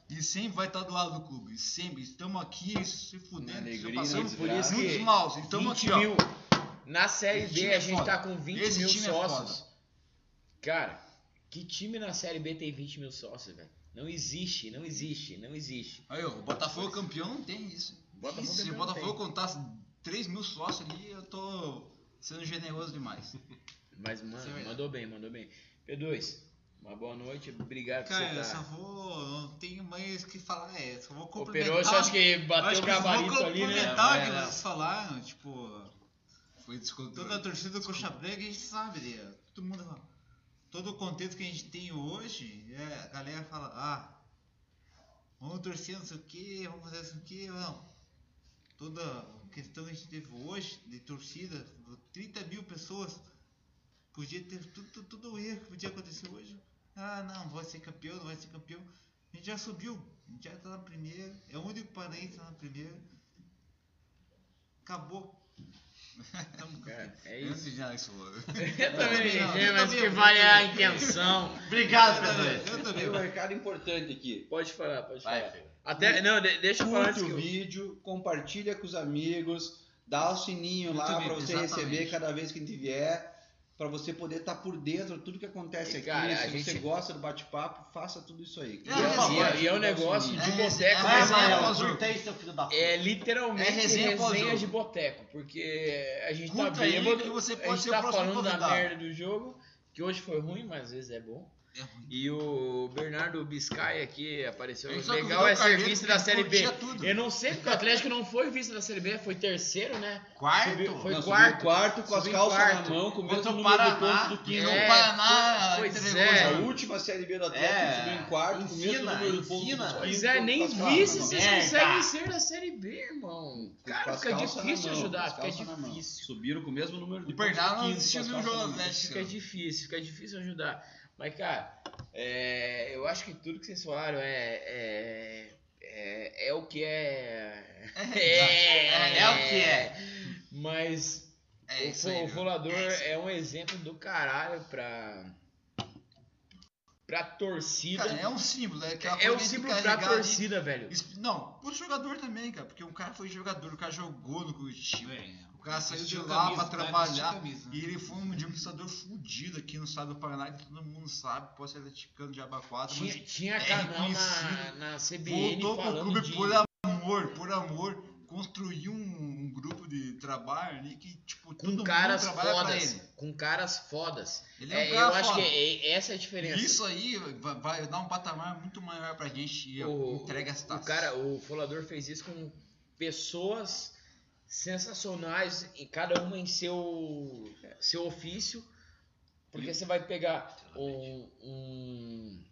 E sempre vai estar do lado do clube. E sempre. Estamos aqui se
Na
fudendo.
alegria,
Já
na
né? passamos por
desgraça.
isso.
Por isso né?
Muitos
que
maus. e Estamos
20
Então, aqui, ó.
mil. Na Série
Esse
B
time
a
é
gente
foda.
tá com 20
Esse
mil
time é
sócios. Cara, que time na Série B tem 20 mil sócios, velho? Não existe, não existe, não existe.
Aí, ó, o Botafogo é campeão não tem isso.
é
Botafogo
Se o
campeão não
Botafogo contasse 3 mil sócios ali, eu tô sendo generoso demais.
Mas,
Isso é
mano,
verdade.
mandou bem, mandou bem. P2, uma boa noite, obrigado
Cara,
por
eu
você
só
tá.
vou. Não tenho mais o que falar, é. Só vou complementar.
Operou, acho que bateu
acho
o
que eu
gabarito
vou
ali, né?
complementar
É,
o que
né?
vocês falaram, tipo.
Foi descontrole.
Toda a torcida do Coxa Brega, a gente sabe, né? Todo mundo. Todo o contexto que a gente tem hoje, é, a galera fala, ah, vamos torcer não sei o que, vamos fazer isso aqui, não. Toda a questão que a gente teve hoje de torcida, 30 mil pessoas, podia ter tudo, tudo, tudo o erro que podia acontecer hoje. Ah, não, vai ser campeão, não vai ser campeão. A gente já subiu, a gente já tá na primeira, é o único parente que tá na primeira. Acabou. Tamo
Cara, é
eu não
isso.
entendi nada que você falou.
Eu também não entendi,
Eu
mas
também
que
não
vale a
entendi.
intenção.
Obrigado,
Eu
Pedro.
também, eu
Tem um
também.
recado importante aqui.
Pode falar, pode
Vai,
falar.
filho.
Até, não, de- deixa eu falar antes
Curte
que
o
eu-
vídeo, compartilha com os amigos, dá o sininho
Muito
lá
bem,
para você
exatamente.
receber cada vez que a gente vier, para você poder estar por dentro de tudo que acontece
E,
aqui.
cara, a
Se
gente-
você gosta do bate-papo, faça tudo isso aí.
É, é,
E é- E é um negócio de
É,
boteco,
é,
né,
é,
mano?
é,
Amarelo,
Azul.
curta aí, seu filho da puta.
É literalmente
É
resenha,
resenha pós-jogo.
de boteco, porque a gente tá
Curta aí
bêbado,
que você
a
pode
gente
ser o
tá
próximo
falando da
convidado.
merda do jogo, que hoje foi ruim, mas às vezes é bom.
É ruim.
E o Bernardo Biscay aqui apareceu.
A gente só
Legal
convidou
é
o
ser
Carleto,
vice
porque
da
ele
Série B.
curtia tudo.
Eu não sei porque o Atlético não foi vice da Série B, foi terceiro, né?
Quarto?
Subiu- foi
Não, subiu
quarto.
quarto com as
Subiu
calças
quarto.
na mão, com o mesmo
Contra o
número de
Paraná.
pontos do que
Então,
É,
o Paraná
pois
entregou
é.
o
a
jogo.
última Série B do Atlético
É.
subiu em quarto,
Ensina,
com o mesmo número de pontos
ensina.
do que
Pois é, nem
com as calças
vice
na mão.
vocês
Merda.
tá.
conseguem ser da Série B, irmão.
Com
Cara,
as
fica
calças na
difícil
mão,
ajudar,
com as
fica
calças na mão.
difícil.
Subiram com o mesmo número de
O Bernardo
pontos
não
do que
assistiu
com as
nenhum
calças
jogo
na mão.
Atlético.
Fica difícil, fica difícil ajudar. Mas, cara, é, eu acho que tudo que vocês falaram é. É, é, é o que é.
É, é o que é.
Mas
É
o, é um
isso
fo-
aí.
o
meu.
Volador
É isso
é, um exemplo do caralho pra. pra torcida.
Cara, é um símbolo. É, aquela
é
coisa
um
de
símbolo pra
carregar ali.
torcida, velho.
Isso- Não, pro jogador também, cara, porque o cara foi jogador, o cara jogou no Curitiba. O cara saiu de lá
né?
pra trabalhar. E ele foi um administrador fudido aqui no estado do Paraná, que todo mundo sabe, pode ser atleticano de abacuado,
Tinha,
mas
tinha
é
canal na,
reconhecido.
na CBN
voltou pro
falando
clube
de...
por amor, por amor. Construiu um, um grupo de trabalho ali que, tipo, todo
com caras
mundo trabalha pra
fodas.
ele.
Com caras fodas.
Ele é um
É,
cara
eu acho que
foda.
é- essa é a diferença.
Isso aí vai, vai dar um patamar muito maior pra gente e
O-
entrega as
O
taças. É
cara, o Folador fez isso com pessoas sensacionais, e cada uma em seu, seu ofício. Porque você vai pegar um, um,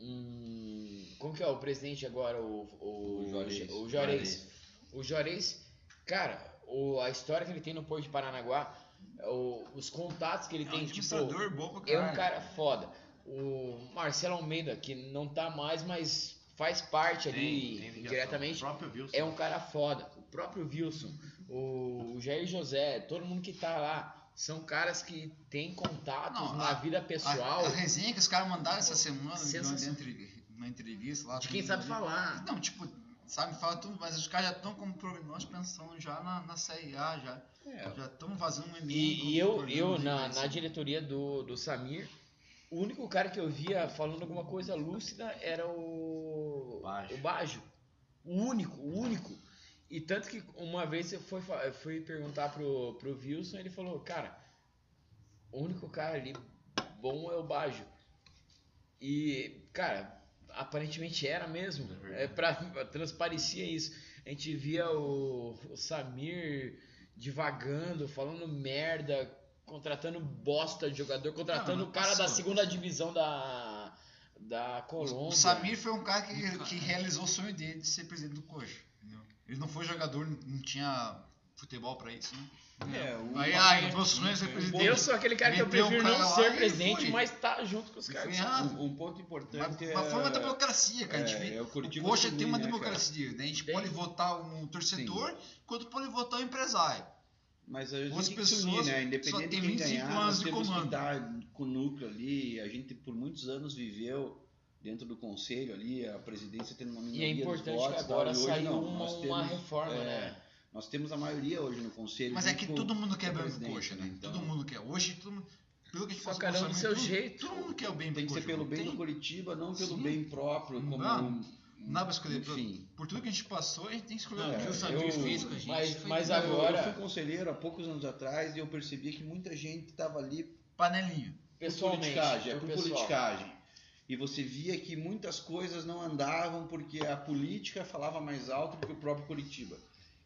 um- Como que é o presidente agora? O, o,
O Juarez.
O Juarez. O Juarez, cara, o, a história que ele tem no Porto de Paranaguá, o- os contatos que ele
é um
tem, tipo,
administrador bom pra
é
caralho.
um cara foda. O Marcelo Almeida, que não tá mais, mas faz parte ali
Tem- tem ligação.
diretamente,
O próprio Wilson.
é um cara foda. O próprio Wilson, o o Jair José, todo mundo que tá lá, são caras que têm contatos
Não,
na
a-
vida pessoal
A, a resenha que os caras mandaram essa semana de uma,
Sensacional.
entre- uma entrevista lá.
de quem sabe falar.
Não, tipo, sabe falar tudo, mas os caras já estão com prognóstico pensando já na, na Série A, já
É,
já estão vazando um né, elenco.
E, e eu,
programa
eu
de
na,
imprensa.
na diretoria do, do Samir, o único cara que eu via falando alguma coisa lúcida era o
Baggio.
o Bajo. O único, o único. E tanto que uma vez eu fui, fa- eu fui perguntar pro, pro Wilson, ele falou, cara, o único cara ali bom é o Bajo. E, cara, aparentemente era mesmo. É pra, transparecia isso. A gente via o, o Samir divagando, falando merda, contratando bosta de jogador, contratando
Não,
o cara da
passou.
segunda divisão da, da Colômbia.
O Samir foi um cara que, que realizou o sonho dele de ser presidente do Coxa. entendeu? Ele não foi jogador, não- não tinha futebol pra isso, né?
é, o-
Aí, aí, meu sonho é ser presidente.
Eu sou aquele cara que eu
Meteu um
prefiro
cara
não
lá
ser
e
presidente,
foi.
mas tá junto com os
E
caras.
foi errado.
um, um ponto importante
Uma, uma
é-
forma da democracia, cara. A gente
é,
vê-
é o Curitiba
o Coxa
assumir,
tem uma
né, cara?
democracia. né? A gente
Tem.
pode votar um torcedor, quanto pode votar um empresário.
Mas a gente
As
tem que se unir,
pessoas
né?
só
Independente
têm
de quem
25
ganhar,
anos
nós
de
temos que
comando.
estar com o núcleo ali. A gente por muitos anos viveu dentro do conselho ali, a presidência tendo uma
E é
minoria dos
importante
votos.
que
tal,
agora
e hoje
saiu
não,
uma,
nós
uma
temos,
reforma,
é,
né?
Nós temos a maioria hoje no conselho. então,
Mas é
junto
que
com-
todo mundo quer
com o
bem pro
presidente,
Coxa, né?
né? Então-
Todo mundo quer. Hoje, todo mundo. Pelo que a gente
Só
faz
cada um do
orçamento,
seu
todo-
jeito.
Todo mundo quer o bem
Tem que
pro
ser
Coxa,
pelo
não
bem
tem?
do Curitiba, não pelo
Sim.
bem próprio,
Não
como
dá.
um-
Não dá pra escolher.
Enfim.
Por tudo que a gente passou, a gente tem que escolher
Não,
o
é,
que
eu-
o Samir fez com a gente.
mas-
foi
mas
bem.
Eu-
agora-
Eu fui conselheiro há poucos anos atrás e eu percebi que muita gente estava ali
Panelinha.
Pessoalmente,
politicagem, é
o
por
pessoal.
politicagem. E você via que muitas coisas não andavam porque a política falava mais alto do que o próprio Curitiba.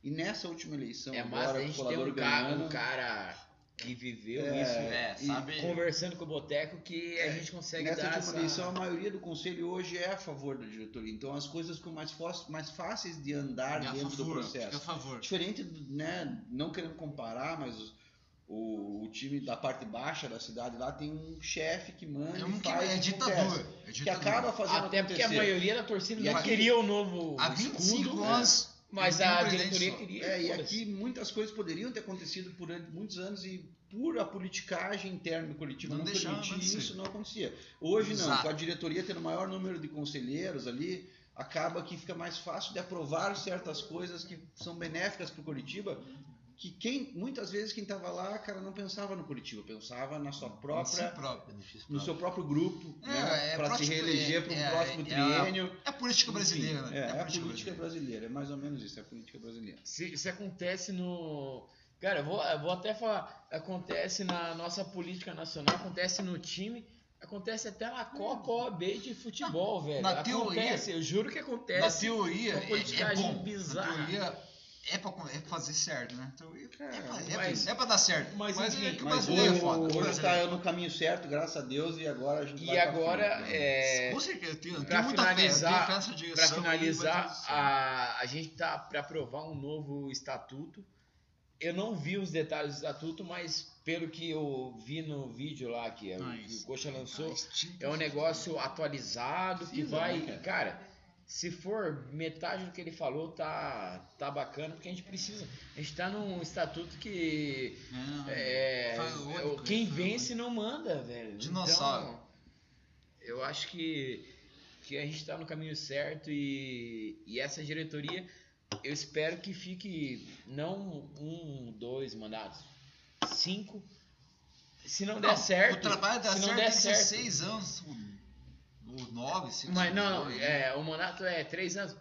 E nessa última eleição,
É, mas
agora,
a
o
gente tem
colador
um cara,
ganhando,
um cara que viveu
É,
isso, né?
É,
e
sabe?
conversando com o Boteco, que a gente consegue
nessa
dar
última
essa...
eleição, a maioria do conselho hoje é a favor da diretoria. Então as coisas ficam mais, fós- mais fáceis de andar
É a
dentro do
favor. Fica a
processo.
favor.
Diferente, do- né, não querendo comparar, mas os- o, o time da parte baixa da cidade lá tem um chefe que manda
É
e
um que
faz
é
e acontece,
ditadura. É
que
ditadura.
acaba fazendo
Até porque a
acontecer.
maioria da torcida
E
não
aqui-
queria o novo
Há 25
né,
escudo, né?
anos.
mas
não tem um
a
presidente
diretoria
só.
queria.
É, e
foda-se.
aqui muitas coisas poderiam ter acontecido por an- muitos anos e por a politicagem interna do Curitiba
Não
não,
deixava
permitia
acontecer.
isso, não acontecia. Hoje não,
Exato.
com a diretoria tendo o maior número de conselheiros ali, acaba que fica mais fácil de aprovar certas coisas que são benéficas para o Curitiba, que quem, muitas vezes quem estava lá, cara, não pensava no Curitiba, pensava na sua
Em si
própria...
próprio.
Benefício
No
próprio.
seu próprio grupo,
É,
né,
é
para se
próximo-
reeleger para um
é, é,
próximo
é,
triênio.
É a política brasileira,
Enfim,
né?
É, é a
política
política brasileira, é mais ou menos isso, é a política brasileira.
Se, se acontece no. Cara, eu vou, eu vou até falar. Acontece na nossa política nacional, acontece no time, acontece até na
Hum.
Copa OAB de futebol,
Ah,
velho.
na
acontece, eu juro que
Na
acontece.
teoria,
uma
é, é
politicagem
bom.
bizarra.
Na teoria, é pra, com- é pra fazer certo, né? Teoria, é, pra, é,
mas-
pra, é pra dar certo.
mas enfim,
é que o
Mas hoje,
brasileiro é foda.
hoje está
brasileiro.
eu no caminho certo, graças a Deus, e agora a gente
E
vai pra
agora,
frente, né?
é,
Com certeza, eu tenho, eu
pra
tenho muita fé. Eu
finalizar-
tenho fé nessa
Pra
direção. é
finalizar,
assim. Ah,
a, a gente tá para aprovar um novo estatuto. Eu não vi os detalhes do estatuto, mas pelo que eu vi no vídeo lá que, é o- que o
Nice.
Coxa
Ah,
lançou, é um negócio atualizado que
Precisa,
vai,
né,
cara. Se for metade do que ele falou, tá tá bacana, porque a gente precisa. A gente tá num estatuto que é,
foi
é,
único,
quem
foi
vence não manda, velho.
Dinossauro.
Então, eu acho que, que a gente está no caminho certo e, e essa diretoria, eu espero que fique não um, dois mandatos, cinco. Se não, der certo,
O trabalho dá
se não
certo
der
tem que ser
certo,
seis anos, ou ou nove, cinco. né?
mas
sei
não,
lá.
é, o Monato é três anos.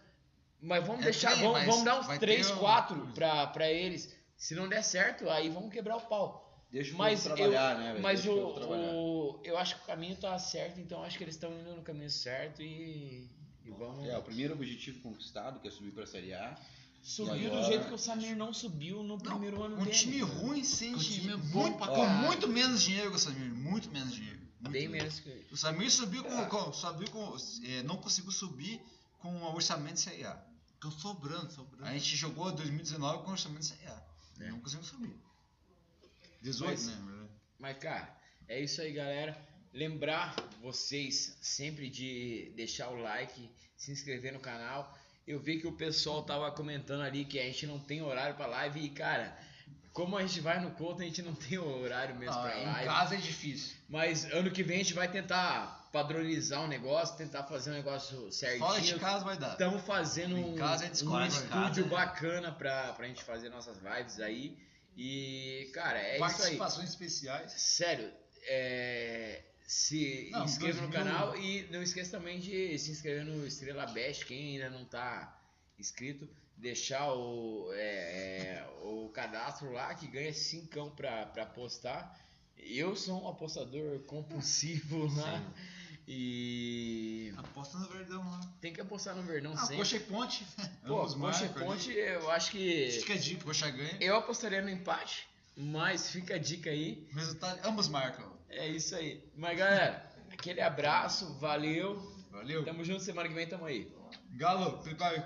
Mas vamos
É
deixar,
três,
vamos,
mas
vamos dar uns
vai ter
três,
um-
quatro pra, pra eles. Se não der certo, aí vamos quebrar o pau.
Deixa o
Mas,
povo
eu,
trabalhar, né? velho?
mas
Deixa
o,
povo trabalhar.
o- eu acho que o caminho tá certo, então acho que eles estão indo no caminho certo e, e vamos.
É, o primeiro objetivo conquistado, que é subir pra Série A.
Subiu do
agora-
jeito que o Samir não subiu no primeiro ano
Um
dele.
time ruim sem
Um
dinheiro.
time bom
muito,
pra
com
caralho.
muito menos dinheiro que o Samir. Muito menos dinheiro. Muito
Bem menos Ah. que.
O Samir subiu com. com- subiu com é, não conseguiu subir com o orçamento de Série A.
Tô Então, sobrando, sobrando.
A gente jogou 2019 com o orçamento de Série A.
É.
Não conseguimos subir. 18,
Mas-
né? na verdade.
Mas, cara, é isso aí, galera. Lembrar vocês sempre de deixar o like, se inscrever no canal. Eu vi que o pessoal tava comentando ali que a gente não tem horário pra live. E, cara, como a gente vai no Couto, a gente não tem horário mesmo
Ah,
pra
em
live.
casa é difícil.
Mas ano que vem a gente vai tentar padronizar o negócio, tentar fazer um negócio
Fora de
certinho.
casa vai dar.
Estamos fazendo
Em
um,
casa é
um
Discord, em casa
estúdio
é-
bacana pra, pra gente fazer nossas lives aí. E, cara, é isso aí.
Participações especiais.
Sério, é, se
Não,
inscreva no
2000.
canal e não esqueça também de se inscrever no Estrela Best, quem ainda não tá inscrito, deixar o, é, é, o cadastro lá que ganha 5 pra, pra apostar. Eu sou um apostador compulsivo lá e
Aposta no Verdão lá.
tem que apostar no Verdão
Ah,
sempre.
Coxa e Ponte.
Pô, Coxa
Ambos
e
marcam né? ali.
Ponte, eu acho que
Fica a dica, Coxa ganha.
eu apostaria no empate, mas fica a dica aí.
Resultado, ambos marcam.
É isso aí. Mas galera, aquele abraço, valeu.
Valeu.
Tamo junto, semana que vem tamo aí.
Galo, prepare